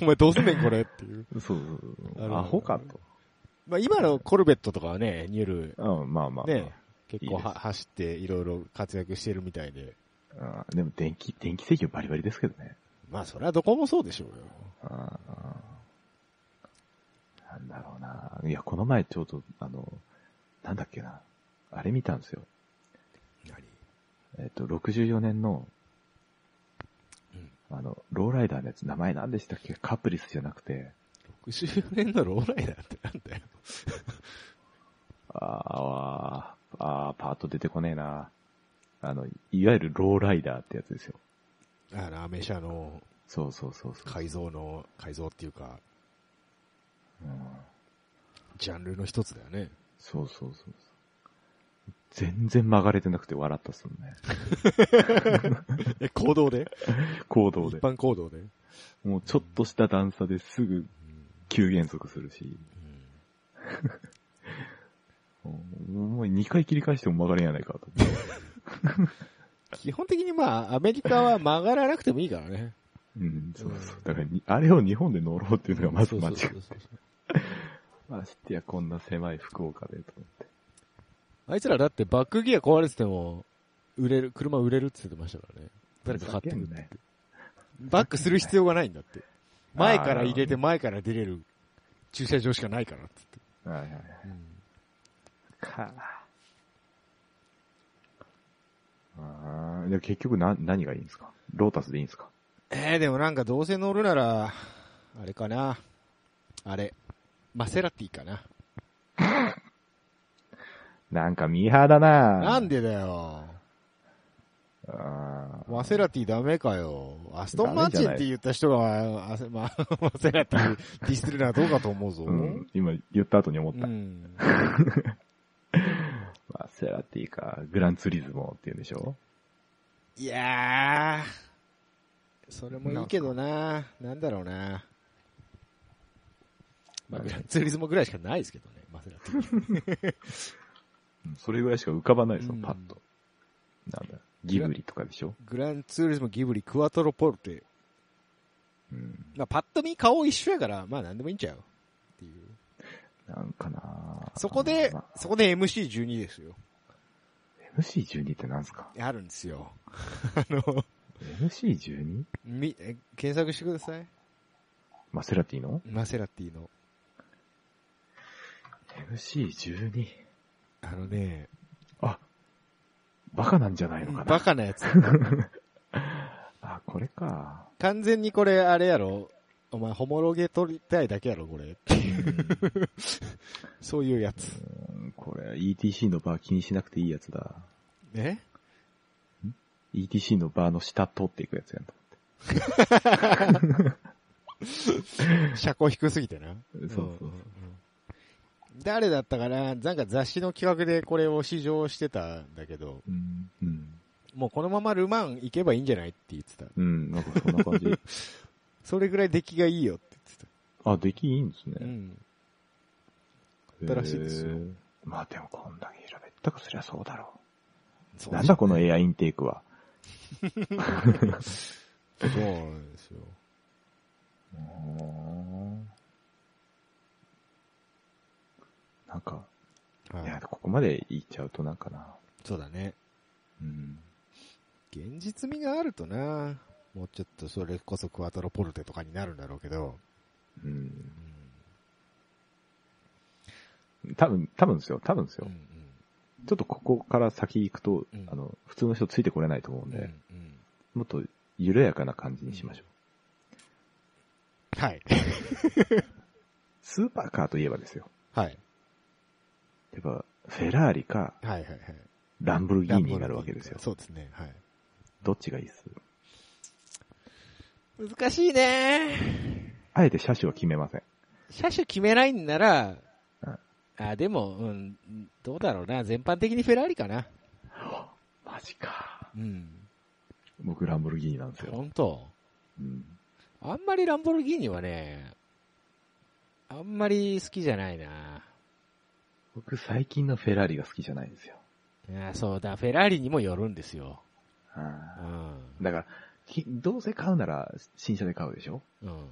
Speaker 2: お前どうすんねんこれっていう。
Speaker 1: そうそう
Speaker 2: あの
Speaker 1: アホかと。
Speaker 2: まあ今のコルベットとかはね、ニュール、
Speaker 1: うん、まあまあ、まあ
Speaker 2: ね、結構はい
Speaker 1: いです
Speaker 2: 走っていろいろ活躍してるみたいで。
Speaker 1: うんでも電気、電気制御バリバリですけどね。
Speaker 2: まあそれはどこもそうでしょうよ。
Speaker 1: あーなんだろうな。いや、この前ちょうど、あの、なんだっけな。あれ見たんですよ。えっ、と、64年の、あの、ローライダーのやつ、名前何でしたっけカプリスじゃなくて、
Speaker 2: 64年のローライダーってなんだよ。
Speaker 1: あーあー、パート出てこねえな。あの、いわゆるローライダーってやつですよ。
Speaker 2: あの、アメ車の
Speaker 1: そうそうそうそう。
Speaker 2: 改造の、改造っていうか、
Speaker 1: うん
Speaker 2: ジャンルの一つだよね。
Speaker 1: そうそうそうそう。全然曲がれてなくて笑ったっすもんね。
Speaker 2: え、 [LAUGHS] 行動で
Speaker 1: 行動
Speaker 2: 一
Speaker 1: で。
Speaker 2: 般行動で。うん
Speaker 1: もうちょっとした段差ですぐ急減速するし、うんもう2回切り返しても曲がれんやないか
Speaker 2: [LAUGHS]
Speaker 1: と思って。
Speaker 2: 基本的にまあ、アメリカは曲がらなくてもいいからね。
Speaker 1: うん、そうそう。だからに、あれを日本で乗ろうっていうのがまず
Speaker 2: そうそ
Speaker 1: 間
Speaker 2: う
Speaker 1: 違
Speaker 2: そ。
Speaker 1: いう
Speaker 2: そう
Speaker 1: ましてや、こんな狭い福岡でと思って。
Speaker 2: あいつらだってバックギア壊れてても、売れる、車売れるって言ってましたからね。誰か買ってくるって
Speaker 1: ふざけんなよ。
Speaker 2: バックする必要がないんだ [LAUGHS] って。前から入れて
Speaker 1: あ
Speaker 2: 前から出れる駐車場しかないからって
Speaker 1: ーはいはいはい。
Speaker 2: 言って。
Speaker 1: かあーで結局な、何がいいんですかロータスでいいんですか
Speaker 2: えー、でもなんかどうせ乗るなら、あれかな。あれ。マセラティかな。
Speaker 1: なんかミーハーだな
Speaker 2: なんでだよ。
Speaker 1: あー
Speaker 2: マセラティダメかよ。アストンマーチンって言った人が、あ [LAUGHS] せまマセラティディスってるのはどうかと思うぞ。
Speaker 1: う
Speaker 2: うん
Speaker 1: ん、今言った後に思った。まあ、セラティか、グランツーリズモっていうんでしょ
Speaker 2: いやー、それもいいけどな、なんだろうな。まあ、グランツーリズムぐらいしかないですけどね、マセラティ。
Speaker 1: うんそれぐらいしか浮かばないですよ、
Speaker 2: うん
Speaker 1: パッと。なんだ、ギブリとかでしょ
Speaker 2: グランツーリズム、ギブリ、クワトロポルテ。
Speaker 1: うん。
Speaker 2: まあ、パッと見顔一緒やから、まあなんでもいいんちゃうっていう。
Speaker 1: なんかな
Speaker 2: そこで
Speaker 1: ま、あ
Speaker 2: そこで MC12 ですよ。
Speaker 1: MC12 ってなんすか
Speaker 2: あるんですよ。 [LAUGHS] あの、
Speaker 1: ?MC12?
Speaker 2: み、え検索してください。
Speaker 1: マセラティの
Speaker 2: マセラティの。
Speaker 1: ?MC12?
Speaker 2: あのね、
Speaker 1: あ、バカなんじゃないのかな
Speaker 2: バカなやつ。
Speaker 1: あ、これか。
Speaker 2: 完全にこれ、あれやろお前、ホモロゲ取りたいだけやろ、これ。そういうやつ。
Speaker 1: うんこれ、ETC のバー気にしなくていいやつだ。
Speaker 2: え
Speaker 1: ETC のバーの下通っていくやつやんと。
Speaker 2: 車高低すぎてな。
Speaker 1: そうそうそうん
Speaker 2: んん誰だったかななんか雑誌の企画でこれを試乗してたんだけど、
Speaker 1: うん。うん。
Speaker 2: もうこのままルマン行けばいいんじゃないって言ってた。
Speaker 1: うん、なんかそんな
Speaker 2: [LAUGHS]
Speaker 1: 感じ。
Speaker 2: それぐらい出来がいいよって言って
Speaker 1: あ、出来いいんです
Speaker 2: た。う
Speaker 1: ね。
Speaker 2: ん。ったらしいですよ
Speaker 1: へーまあでもこんだけ平べったくすりゃそうだろ。
Speaker 2: そうう
Speaker 1: なんだこのエアインテークは。
Speaker 2: そうなんですよ。
Speaker 1: なんか、
Speaker 2: はいい
Speaker 1: や、。ここまで言っちゃうとなんかな。
Speaker 2: そうだね。
Speaker 1: うん。
Speaker 2: 現実味があるとな、もうちょっとそれこそクワトロポルテとかになるんだろうけど、
Speaker 1: うん
Speaker 2: う。
Speaker 1: 多分、多分ですよ、多分です
Speaker 2: ん
Speaker 1: よ。
Speaker 2: うん
Speaker 1: ちょっとここから先行くと、
Speaker 2: うん
Speaker 1: あの、普通の人ついてこれないと思うん
Speaker 2: うん
Speaker 1: で、
Speaker 2: うん
Speaker 1: もっと緩やかな感じにしましょ
Speaker 2: はい。
Speaker 1: スーパーカーといえばですよ。
Speaker 2: はい。
Speaker 1: やっぱ、フェラーリか、
Speaker 2: はいはいはい。
Speaker 1: ランブルギーニになるわけですよ。
Speaker 2: そうですね。はい。
Speaker 1: どっちがいいっす
Speaker 2: 難しいね
Speaker 1: あえて車種は決めません。
Speaker 2: 車種決めないんなら
Speaker 1: うん、
Speaker 2: あ、でも、うん、どうだろうな。全般的にフェラーリかな。
Speaker 1: マジか。
Speaker 2: うん。
Speaker 1: 僕、ランブルギーニなんですよ。
Speaker 2: 本当
Speaker 1: うん。
Speaker 2: あんまりランボルギーニはね、あんまり好きじゃないな。
Speaker 1: 僕、最近のフェラーリが好きじゃないんですよ。
Speaker 2: あそうだ、フェラーリにもよるんですよ。う
Speaker 1: あ
Speaker 2: ん。
Speaker 1: ーだから、きどうせ買うなら、新車で買うでしょ
Speaker 2: うん。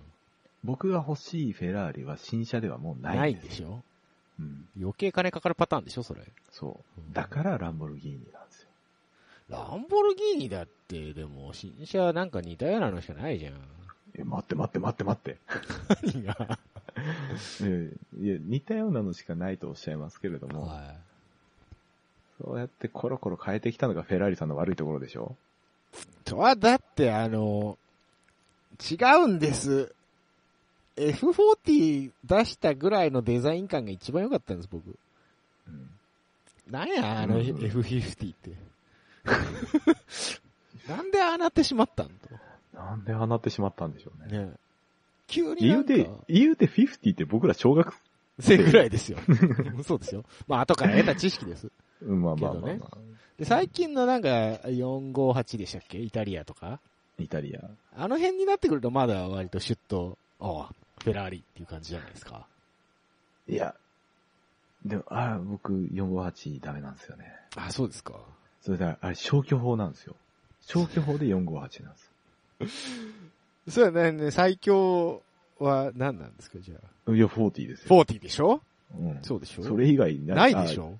Speaker 1: 僕が欲しいフェラーリは新車ではもう
Speaker 2: な
Speaker 1: ないい
Speaker 2: ん
Speaker 1: んで。
Speaker 2: ですしょ
Speaker 1: うん。
Speaker 2: 余計金かかるパターンでしょそれ。
Speaker 1: そう。だから、ランボルギーニなんですよ。
Speaker 2: ランボルギーニだって、でも、新車なんか似たようなのしかな
Speaker 1: [LAUGHS]
Speaker 2: いじゃん。
Speaker 1: え、待って待って待って待って。
Speaker 2: 何が
Speaker 1: ええいや、似たようなのしかないとおっしゃいますけれども、
Speaker 2: は
Speaker 1: そうやってコロコロ変えてきたのがフェラーリさんの悪いところでしょ
Speaker 2: い。とは、だって、あの、違うんです。F40 出したぐらいのデザイン感が一番良かったんです、僕。
Speaker 1: うん。
Speaker 2: なんや、あの
Speaker 1: うん
Speaker 2: F50 って。 [LAUGHS] なんでああなってしまったんと。
Speaker 1: なんでああなってしまったんでしょうね。
Speaker 2: ね急に
Speaker 1: 言
Speaker 2: なん
Speaker 1: う
Speaker 2: か、
Speaker 1: て、言うて50って僕ら小学生、
Speaker 2: せぐらいですよ。 [LAUGHS] そうですよ。まあ、後から得た知識です。
Speaker 1: うんまあまあまあ、まあ
Speaker 2: けどで、最近のなんか、458でしたっけイタリアとか。
Speaker 1: イタリア。
Speaker 2: あの辺になってくるとまだ割とシュッと、ああ、フェラーリっていう感じじゃないですか。
Speaker 1: いや、でも、ああ、僕458ダメなんですよね。
Speaker 2: あ、そうですか。
Speaker 1: それだ、あれ消去法なんですよ。消去法で458なんです
Speaker 2: そうやねね、最強は何なんですか、じゃあ。
Speaker 1: よ。いや、40ですよ。
Speaker 2: 40でしょ
Speaker 1: うん。
Speaker 2: そうでしょ
Speaker 1: それ以外な
Speaker 2: ないでし
Speaker 1: あ
Speaker 2: ょ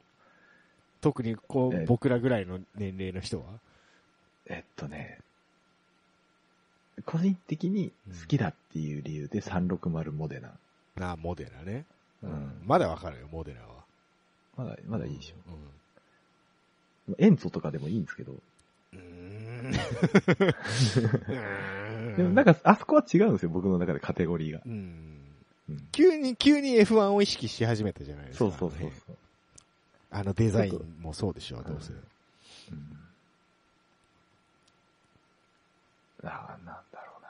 Speaker 2: 特にこ
Speaker 1: え
Speaker 2: う、
Speaker 1: え
Speaker 2: 僕らぐらいの年齢の人は。
Speaker 1: えっとね、個人的に好きだっていう理由で360モデナ。
Speaker 2: なあ、モデナね。
Speaker 1: うん
Speaker 2: まだわかるよ、モデナは。
Speaker 1: まだ、まだいいでしょ。
Speaker 2: う
Speaker 1: エンツォとかでもいいんですけど。
Speaker 2: ん。うー
Speaker 1: [LAUGHS]
Speaker 2: ん
Speaker 1: でもなん、か、あそこは違うんですよ、僕の中でカテゴリーが。
Speaker 2: うん。
Speaker 1: うん
Speaker 2: 急に、急に F1 を意識し始めたじゃないですか。
Speaker 1: そうそうそうそう。
Speaker 2: あのねあのデザインもそうでしょ、どうせ。
Speaker 1: うんああ、なんだろうな。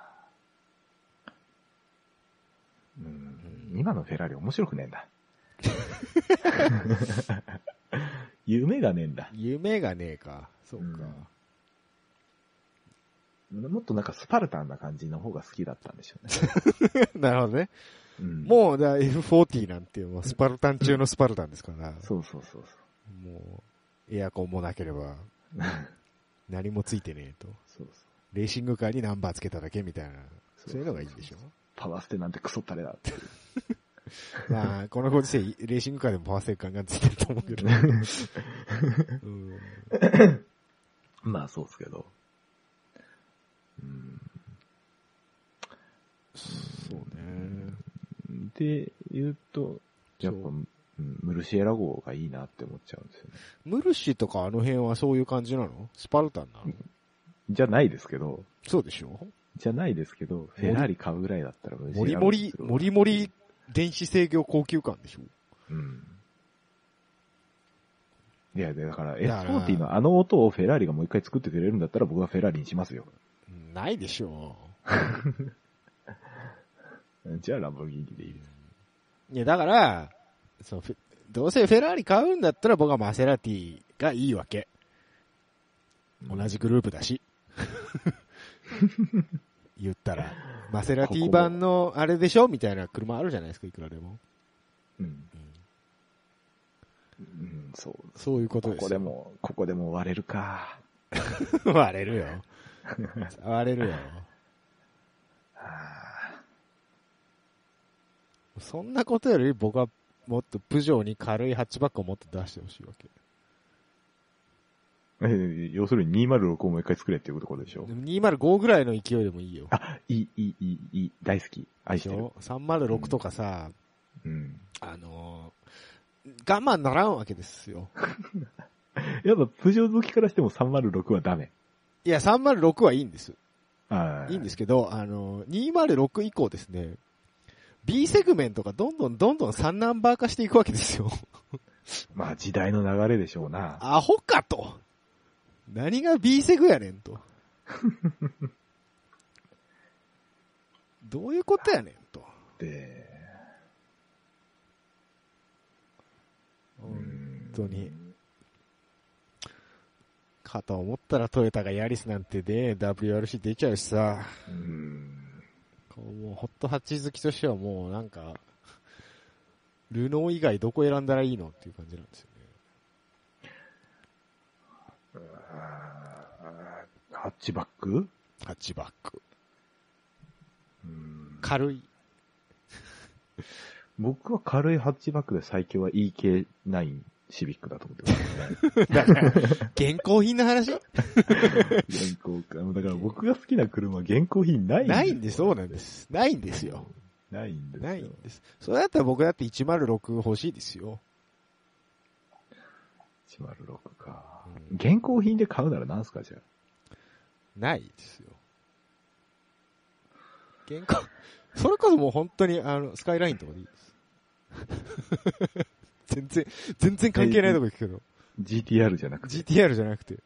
Speaker 1: うん、今のフェラーリ面白くねえんだ。夢がねえんだ。
Speaker 2: 夢がねえか。そうか。
Speaker 1: もっとなんかスパルタンな感じの方が好きだったんでしょうね。
Speaker 2: [LAUGHS] なるほどね。
Speaker 1: うん、
Speaker 2: もう、だから F40 なんて、もうスパルタン中のスパルタンですから。
Speaker 1: そうそうそうそ
Speaker 2: もう、エアコンもなければ、
Speaker 1: う。
Speaker 2: 何もついてねえと。
Speaker 1: そうそう。
Speaker 2: レーシングカーにナンバーつけただけみたいな。そういうのがいいんでしょ
Speaker 1: パワーステなんてクソったれだって。
Speaker 2: まあ、このご時世、レーシングカーでもパワーセーカンガンついてると思うけど。うん
Speaker 1: まあそうっすけど。うん
Speaker 2: そうね。
Speaker 1: で、言うと、やっぱ、うんムルシエラ号がいいなって思っちゃうんですよね。
Speaker 2: ムルシとかあの辺はそういう感じなのスパルタンなの
Speaker 1: じゃないですけど、
Speaker 2: そうでしょ
Speaker 1: じゃないですけど、フェラーリ買うぐらいだったらムルシ
Speaker 2: モ
Speaker 1: エ
Speaker 2: リ
Speaker 1: ラ
Speaker 2: モ
Speaker 1: 号に
Speaker 2: リ
Speaker 1: す、る
Speaker 2: モリモリ電子制御高級感でしょ
Speaker 1: うん。いや、でだから
Speaker 2: だから
Speaker 1: S40 のあの音をフェラーリがもう一回作ってくれるんだったら僕はフェラーリにしますよ。
Speaker 2: ないでしょ
Speaker 1: じゃあランボルギーニでいいです。
Speaker 2: いや、だから、そうフェどうせフェラーリ買うんだったら僕はマセラティがいいわけ。同じグループ
Speaker 1: [LAUGHS]
Speaker 2: だし。言ったら、マセラティ版のあれでしょみたいな車あるじゃないですか、いくらでも。
Speaker 1: うん。うん、そう。
Speaker 2: そういうこと
Speaker 1: こ
Speaker 2: です。
Speaker 1: こでも、ここでも割れるか。
Speaker 2: 割
Speaker 1: [LAUGHS]
Speaker 2: れるよ。割れるよ。
Speaker 1: あ
Speaker 2: そんなことより僕はもっとプジョーに軽いハッチバックをもっと出してほしいわけ。
Speaker 1: ーえ要するに206をもう一回作れっていうことでしょ
Speaker 2: でも205ぐらいの勢いでもいいよ。
Speaker 1: あ、いい、いい、いい、いい、大好き。愛して
Speaker 2: でし
Speaker 1: る。
Speaker 2: ょ ?306 とかさ、
Speaker 1: うん。
Speaker 2: あのー我慢ならんわけですよ。
Speaker 1: やっぱ、プジョー好きからしても306はダメ。
Speaker 2: いや、306はいいんです。
Speaker 1: ああ。
Speaker 2: いいんですけど、あのー206以降ですね、 B セグメントがどんどんどんどん3ナンバー化していくわけですよ。
Speaker 1: まあ時代の流れでしょうな。
Speaker 2: [LAUGHS] アホかと。何が B セグやねん [LAUGHS] と。どういうことやねんと。
Speaker 1: で、
Speaker 2: 本当に。かと思ったらトヨタがヤリスなんてで WRC 出ちゃうしさ。
Speaker 1: うーん。
Speaker 2: こうもうホットハッチ好きとしてはもうなんか、 [LAUGHS] ルノー以外どこ選んだらいいのっていう感じなんですよね。
Speaker 1: うーんハッチバック
Speaker 2: ハッチバック。
Speaker 1: うーん
Speaker 2: 軽 [LAUGHS] い。
Speaker 1: 僕は軽いハッチバックで最強は EK9 シビックだと思ってます、 [LAUGHS] ね。
Speaker 2: だから、現行品の話
Speaker 1: 現行か。だから僕が好きな車、現行品ない。
Speaker 2: ないんです、そうなんですす。ないんですよ。
Speaker 1: ないんですよ。
Speaker 2: ないんです。それだったら僕だって106欲しいですよ。
Speaker 1: 106か。
Speaker 2: うん
Speaker 1: 現行品で買うなら何すかじゃあ。
Speaker 2: ないですよ。現 [LAUGHS] 行、それこそもう本当に、あの、スカイラインとかでいい [LAUGHS] です。全然、全然関係ないとこ行くけど、
Speaker 1: GTR じゃなくて。
Speaker 2: GTR じゃなくて、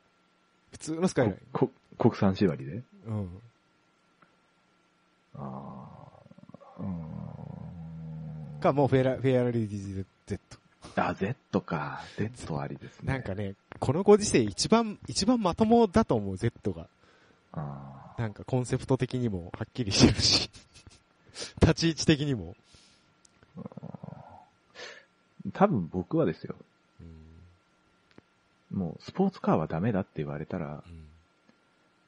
Speaker 2: 普通のスカイライン。
Speaker 1: ここ国産縛りで
Speaker 2: うん。
Speaker 1: ああ。うーん
Speaker 2: か、もうフェラ、フェアラリー DZ。
Speaker 1: あ、Z か。Z ありですね。
Speaker 2: なんかね、このご時世一番、一番まともだと思う、Z が。
Speaker 1: あ
Speaker 2: なんかコンセプト的にもはっきりしてるし、 [LAUGHS] 立ち位置的にも。
Speaker 1: ー。多分僕はですよ。もう、スポーツカーはダメだって言われたら、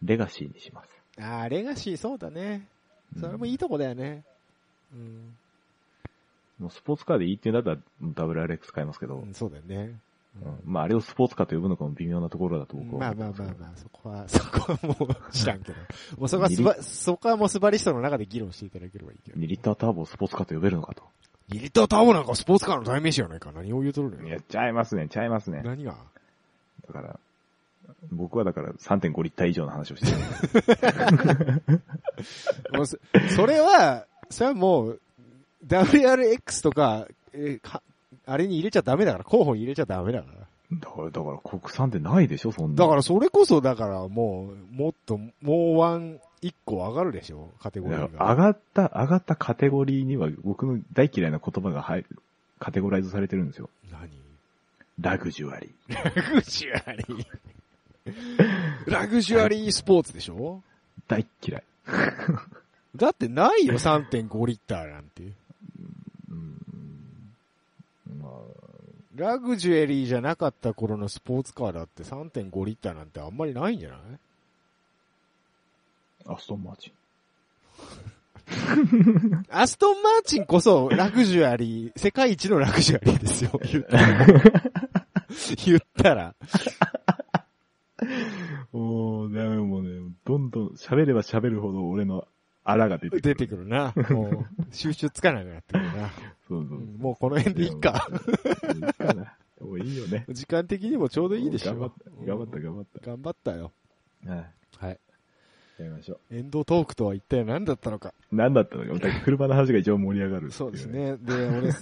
Speaker 1: レガシーにします。
Speaker 2: ああ、レガシーそうだね。それもいい
Speaker 1: と、
Speaker 2: とこだよね。うん。
Speaker 1: もうスポーツカーでいいって言うんだったら、WRX 使いますけど、
Speaker 2: うんそうだよね。う
Speaker 1: うん
Speaker 2: ん
Speaker 1: まあ、あれをスポーツカーと呼ぶのかも微妙なところだと僕は
Speaker 2: まあ
Speaker 1: 思
Speaker 2: ま
Speaker 1: っ
Speaker 2: あ
Speaker 1: てす
Speaker 2: ま
Speaker 1: けど。
Speaker 2: あまあ、そこは、 [LAUGHS] そこはもう知らんけど。もうそこはスバ、そこはもうスバリストの中で議論していただければいいけど。
Speaker 1: 2リッターターボをスポーツカーと呼べるのかと。
Speaker 2: 2リッターターボなんかスポーツカーの代名詞やないか。何を言うとるの
Speaker 1: い
Speaker 2: よ
Speaker 1: や、。ちゃいますね、ちゃいますね。
Speaker 2: 何が
Speaker 1: だから、僕はだから3.5リッター以上の話をしてる。
Speaker 2: もうそそれは、それはもう、WRX とか、えーかあれに入れちゃダメだから、候補に入れちゃダメだから。
Speaker 1: だから、だから国産ってないでしょ、そんな。
Speaker 2: だからそれこそ、だからもう、もっと、もうワン、一個上がるでしょ、カテゴリ
Speaker 1: だ
Speaker 2: ー
Speaker 1: から上
Speaker 2: が。
Speaker 1: がった、上がったカテゴリーには僕の大嫌いな言葉が入る、カテゴライズされてるんですよ。
Speaker 2: 何
Speaker 1: ラグジュアリー。
Speaker 2: ラグジュアリー。 [LAUGHS] ラグジュアリースポーツでしょ
Speaker 1: 大嫌い。
Speaker 2: だってないよ、3.5リッターなんて。
Speaker 1: うん。まあ、
Speaker 2: ラグジュアリーじゃなかった頃のスポーツカーだって3.5リッターなんてあんまりないんじゃない
Speaker 1: アストンマーチン。
Speaker 2: アストン・マーチンこそラグジュアリー、世界一のラグジュアリーですよ。 [LAUGHS] 言ったら。言ったら。
Speaker 1: おー、でもね、どんどん喋れば喋るほど俺のあらが出てくる。
Speaker 2: 出てくる [LAUGHS] な。もう、収集つかなくなってくるな。
Speaker 1: そう
Speaker 2: う
Speaker 1: そ
Speaker 2: んもうこの辺でいいか。
Speaker 1: う。いいかな。もういいよね。
Speaker 2: 時間的にもちょうどいいでしょ。
Speaker 1: 頑張った、頑張った、
Speaker 2: うん
Speaker 1: 頑張っ
Speaker 2: 頑張ったよ。
Speaker 1: た。はい。
Speaker 2: はい。
Speaker 1: やりましょ
Speaker 2: エンドトークとは一体何だったのか。
Speaker 1: う。何だったのか、だ車の話が一番盛り上がる。
Speaker 2: そうです。ね。で、俺、さ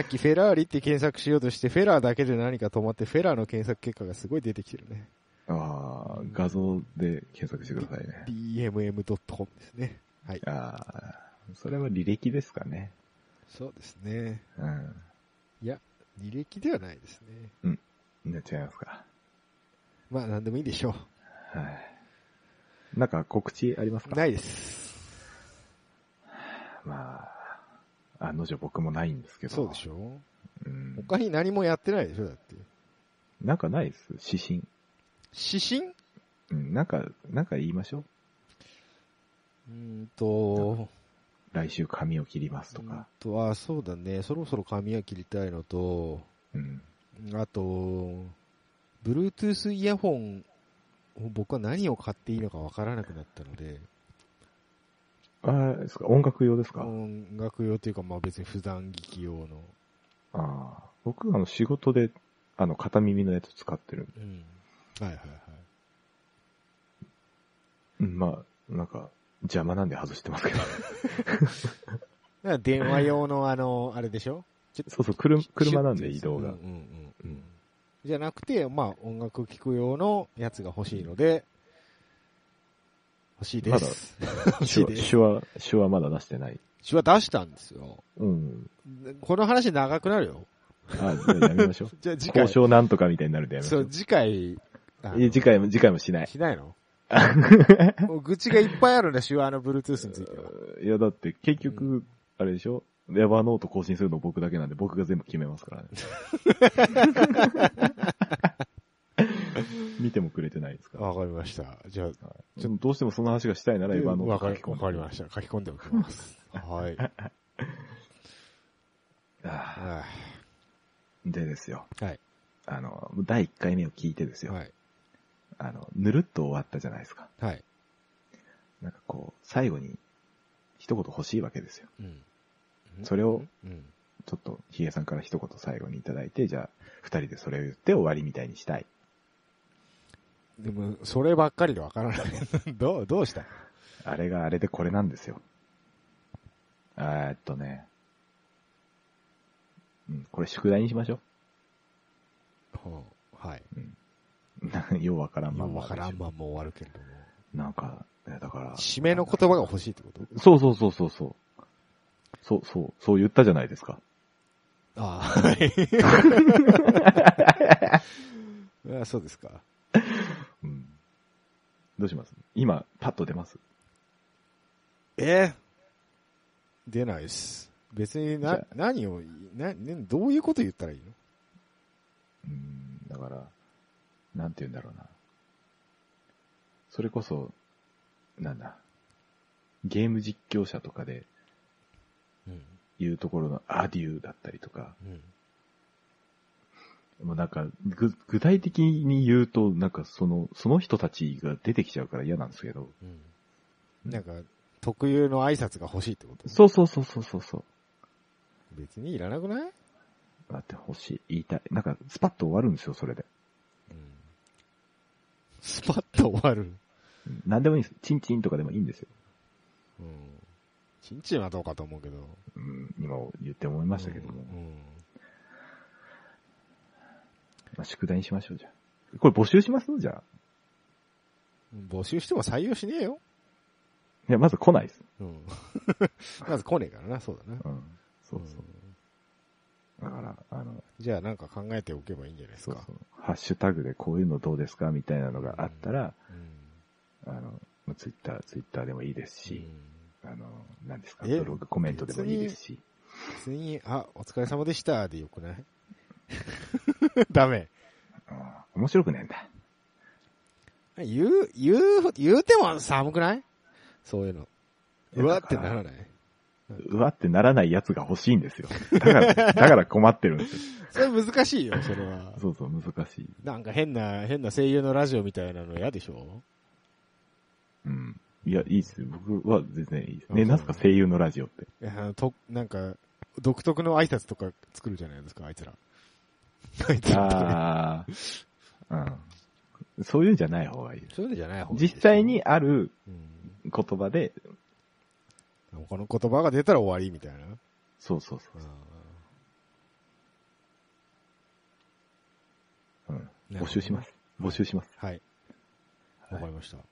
Speaker 2: っきフェラーリって検索しようとして、フェラーだけで何か止まって、フェラーの検索結果がすごい出てきてるね。
Speaker 1: ああ、画像で検索してくださいね。
Speaker 2: bmm.com ですね。はい。
Speaker 1: ああ、それは履歴ですかね。
Speaker 2: そうですね。
Speaker 1: うん。
Speaker 2: いや、履歴ではないですね。
Speaker 1: じゃあ違いますか。
Speaker 2: まあ、なんでもいいでしょ
Speaker 1: はい。なんか告知あります
Speaker 2: う。
Speaker 1: か
Speaker 2: ないです。
Speaker 1: まあ、案の定僕もないんですけど。
Speaker 2: そうでしょ
Speaker 1: うん。
Speaker 2: 他に何もやってないでしょだって。
Speaker 1: なんかないです指針。
Speaker 2: 指針う
Speaker 1: うん、なんか、なんか言いましょう。
Speaker 2: ーんと、
Speaker 1: 来週髪を切りますと
Speaker 2: うーん
Speaker 1: か。
Speaker 2: と、あ、そうだね。そろそろ髪は切りたいのと、
Speaker 1: うん。
Speaker 2: あと、Bluetooth イヤホンを僕は何を買っていいのかわからなくなったので、
Speaker 1: ああ、ですか音楽用ですか、
Speaker 2: 音楽用というか、まあ別に普段聞き用の。
Speaker 1: ああ。僕、あの、仕事で、あの、片耳のやつ使ってる。
Speaker 2: うん。はいはいはい。
Speaker 1: うん、まあ、なんか、邪魔なんで外してますけど。
Speaker 2: から電話用のあの、あれでしょ
Speaker 1: そうそう、車車なんで移動が
Speaker 2: うん。うんうんうんじゃなくて、まあ、音楽聴く用のやつが欲しいので、欲しいです。 [LAUGHS] 欲し
Speaker 1: 手
Speaker 2: いで
Speaker 1: 話、
Speaker 2: す。
Speaker 1: 手話、手話まだ出してない。
Speaker 2: 手話出したんですよ。
Speaker 1: うん。
Speaker 2: この話長くなるよ。。
Speaker 1: あ、じゃあやめましょう
Speaker 2: [LAUGHS] じゃあ次回
Speaker 1: 交。渉なんとかみたいになるんでやめまし
Speaker 2: そ
Speaker 1: ょ
Speaker 2: う、
Speaker 1: う。
Speaker 2: 次回。あの
Speaker 1: いや次回も、次回もしない。
Speaker 2: しない [LAUGHS] のもう愚痴がいっぱいあるね、手話の Bluetooth については。
Speaker 1: いや、だって結局、
Speaker 2: う
Speaker 1: あれでしょエヴァノート更新するの僕だけなんで僕が全部決めます
Speaker 2: [LAUGHS]
Speaker 1: からね。見てもくれてないですから。
Speaker 2: わかりました。じゃあ、
Speaker 1: ちょっとどうしてもその話がしたいならエヴァノー
Speaker 2: わか
Speaker 1: ト
Speaker 2: りわかりました。書き込んでおきます。 [LAUGHS] はい。
Speaker 1: た。あ
Speaker 2: は
Speaker 1: ーでですよ。
Speaker 2: はい。
Speaker 1: あの、第1回目を聞いてです
Speaker 2: い。
Speaker 1: よ。
Speaker 2: はい。
Speaker 1: あの、ぬるっと終わったじゃないですか。
Speaker 2: はい。
Speaker 1: なんかこう、最後に一言欲しいわけですよ。
Speaker 2: うん。
Speaker 1: それを
Speaker 2: うん。
Speaker 1: ちょっとヒゲさんから一言最後にいただいて、じゃあ二人でそれを言って終わりみたいにしたい。
Speaker 2: でも、そればっかりでわからない。 [LAUGHS] どう、どうした
Speaker 1: あれがあれでこれなんですよ。あーえっとね。うん、これ宿題にしましょ
Speaker 2: ほうはい。
Speaker 1: う。よう [LAUGHS] わからんま
Speaker 2: 今
Speaker 1: んま。
Speaker 2: わからんまんも終わるけれど [LAUGHS] も。
Speaker 1: なんか、えだから。
Speaker 2: 締めの言葉が欲しいってこと
Speaker 1: そうそうそうそうそう。そうそう、そう言ったじゃないですか。
Speaker 2: ああ、はい。 [LAUGHS] ああそうですか。
Speaker 1: うん。どうします今、パッと出ます
Speaker 2: え出ないっす。別に
Speaker 1: じ
Speaker 2: な
Speaker 1: ゃ、
Speaker 2: 何を、な、ね、どういうこと言ったらいいの
Speaker 1: うん、だから、なんて言うんだろうな。それこそ、なんだ。ゲーム実況者とかで
Speaker 2: うん。
Speaker 1: 言うところのアデューだったりとか、
Speaker 2: うん。
Speaker 1: もうなんか、ぐ、具体的に言うと、なんかその、その人たちが出てきちゃうから嫌なんですけど。
Speaker 2: うん。なんか、特有の挨拶が欲しいってこと
Speaker 1: そうそうそうそうそうそう。
Speaker 2: 別にいらなくない
Speaker 1: だって欲しい。言いたい。なんか、スパッと終わるんですよ、それで。
Speaker 2: うん。スパッと終わる。
Speaker 1: うん何でもいいです。チンチンとかでもいいんですよ。
Speaker 2: うん。ちんちんはどうかと思うけど。
Speaker 1: うん、今言って思いましたけども。
Speaker 2: うん。うん
Speaker 1: まあ、宿題にしましょう、じゃあ。これ募集しますじゃあ。
Speaker 2: 募集しても採用しねえよ。
Speaker 1: いや、まず来ないです。
Speaker 2: うん。
Speaker 1: [LAUGHS]
Speaker 2: まず来ねえからな、そうだな。
Speaker 1: うん。そうそうう。だ
Speaker 2: ん
Speaker 1: から、あの、
Speaker 2: じゃあなんか考えておけばいいんじゃないです
Speaker 1: そう
Speaker 2: か
Speaker 1: そ。う。ハッシュタグでこういうのどうですかみたいなのがあったら、
Speaker 2: うん
Speaker 1: あの、ツイッター、ツイッターでもいいですし、
Speaker 2: うん
Speaker 1: あの、何ですか、
Speaker 2: え
Speaker 1: ブログコメントでもいいですし。
Speaker 2: 別に、あ、お疲れ様でしたでよくない [LAUGHS] ダメ。
Speaker 1: あー面白くねえんだ。
Speaker 2: 言う、言う、言うても寒くないそういうの。
Speaker 1: いや
Speaker 2: うわって
Speaker 1: だか
Speaker 2: な
Speaker 1: ら
Speaker 2: らないう
Speaker 1: わってならないやつが欲しいんです [LAUGHS] よ。だから、だから困ってるんですよ。
Speaker 2: それ難しいよ、それは。
Speaker 1: そうそう、難しい。
Speaker 2: なんか変な、変な声優のラジオみたいなの嫌でしょ
Speaker 1: うん。いや、いいっすよ。僕は全然いいです。
Speaker 2: あそ
Speaker 1: ね、
Speaker 2: う
Speaker 1: なんすか声優のラジオって。
Speaker 2: いやと、なんか、独特の挨拶とか作るじゃないですか、あいつら。 [LAUGHS] あいつらってね。
Speaker 1: あ [LAUGHS] あ。うん。そういうんじゃない方がいいです。
Speaker 2: そういうのじゃない方がいい
Speaker 1: 実際に、ある
Speaker 2: うん、
Speaker 1: 言葉で、
Speaker 2: 他の言葉が出たら終わりみたいな。
Speaker 1: そうそうそうう。うん。
Speaker 2: ん
Speaker 1: 募集します。。募集します。
Speaker 2: はい。
Speaker 1: い
Speaker 2: わかりました。
Speaker 1: よ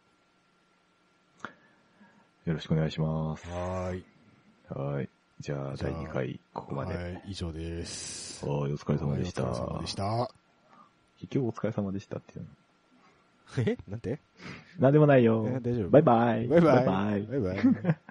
Speaker 1: ろしくお願いします。
Speaker 2: はーい。
Speaker 1: はい。じゃあ、
Speaker 2: じゃあ
Speaker 1: 第2回、ここまで。はい、
Speaker 2: はい、以上です。
Speaker 1: お疲れ様でした。
Speaker 2: はいお疲れ様でした。
Speaker 1: 結局お疲れ様でしたっていうの。
Speaker 2: えなんて
Speaker 1: なんでもない
Speaker 2: え
Speaker 1: よ。
Speaker 2: 大丈夫
Speaker 1: バイバイ。
Speaker 2: バイバイ。
Speaker 1: バイバイ
Speaker 2: バイバイ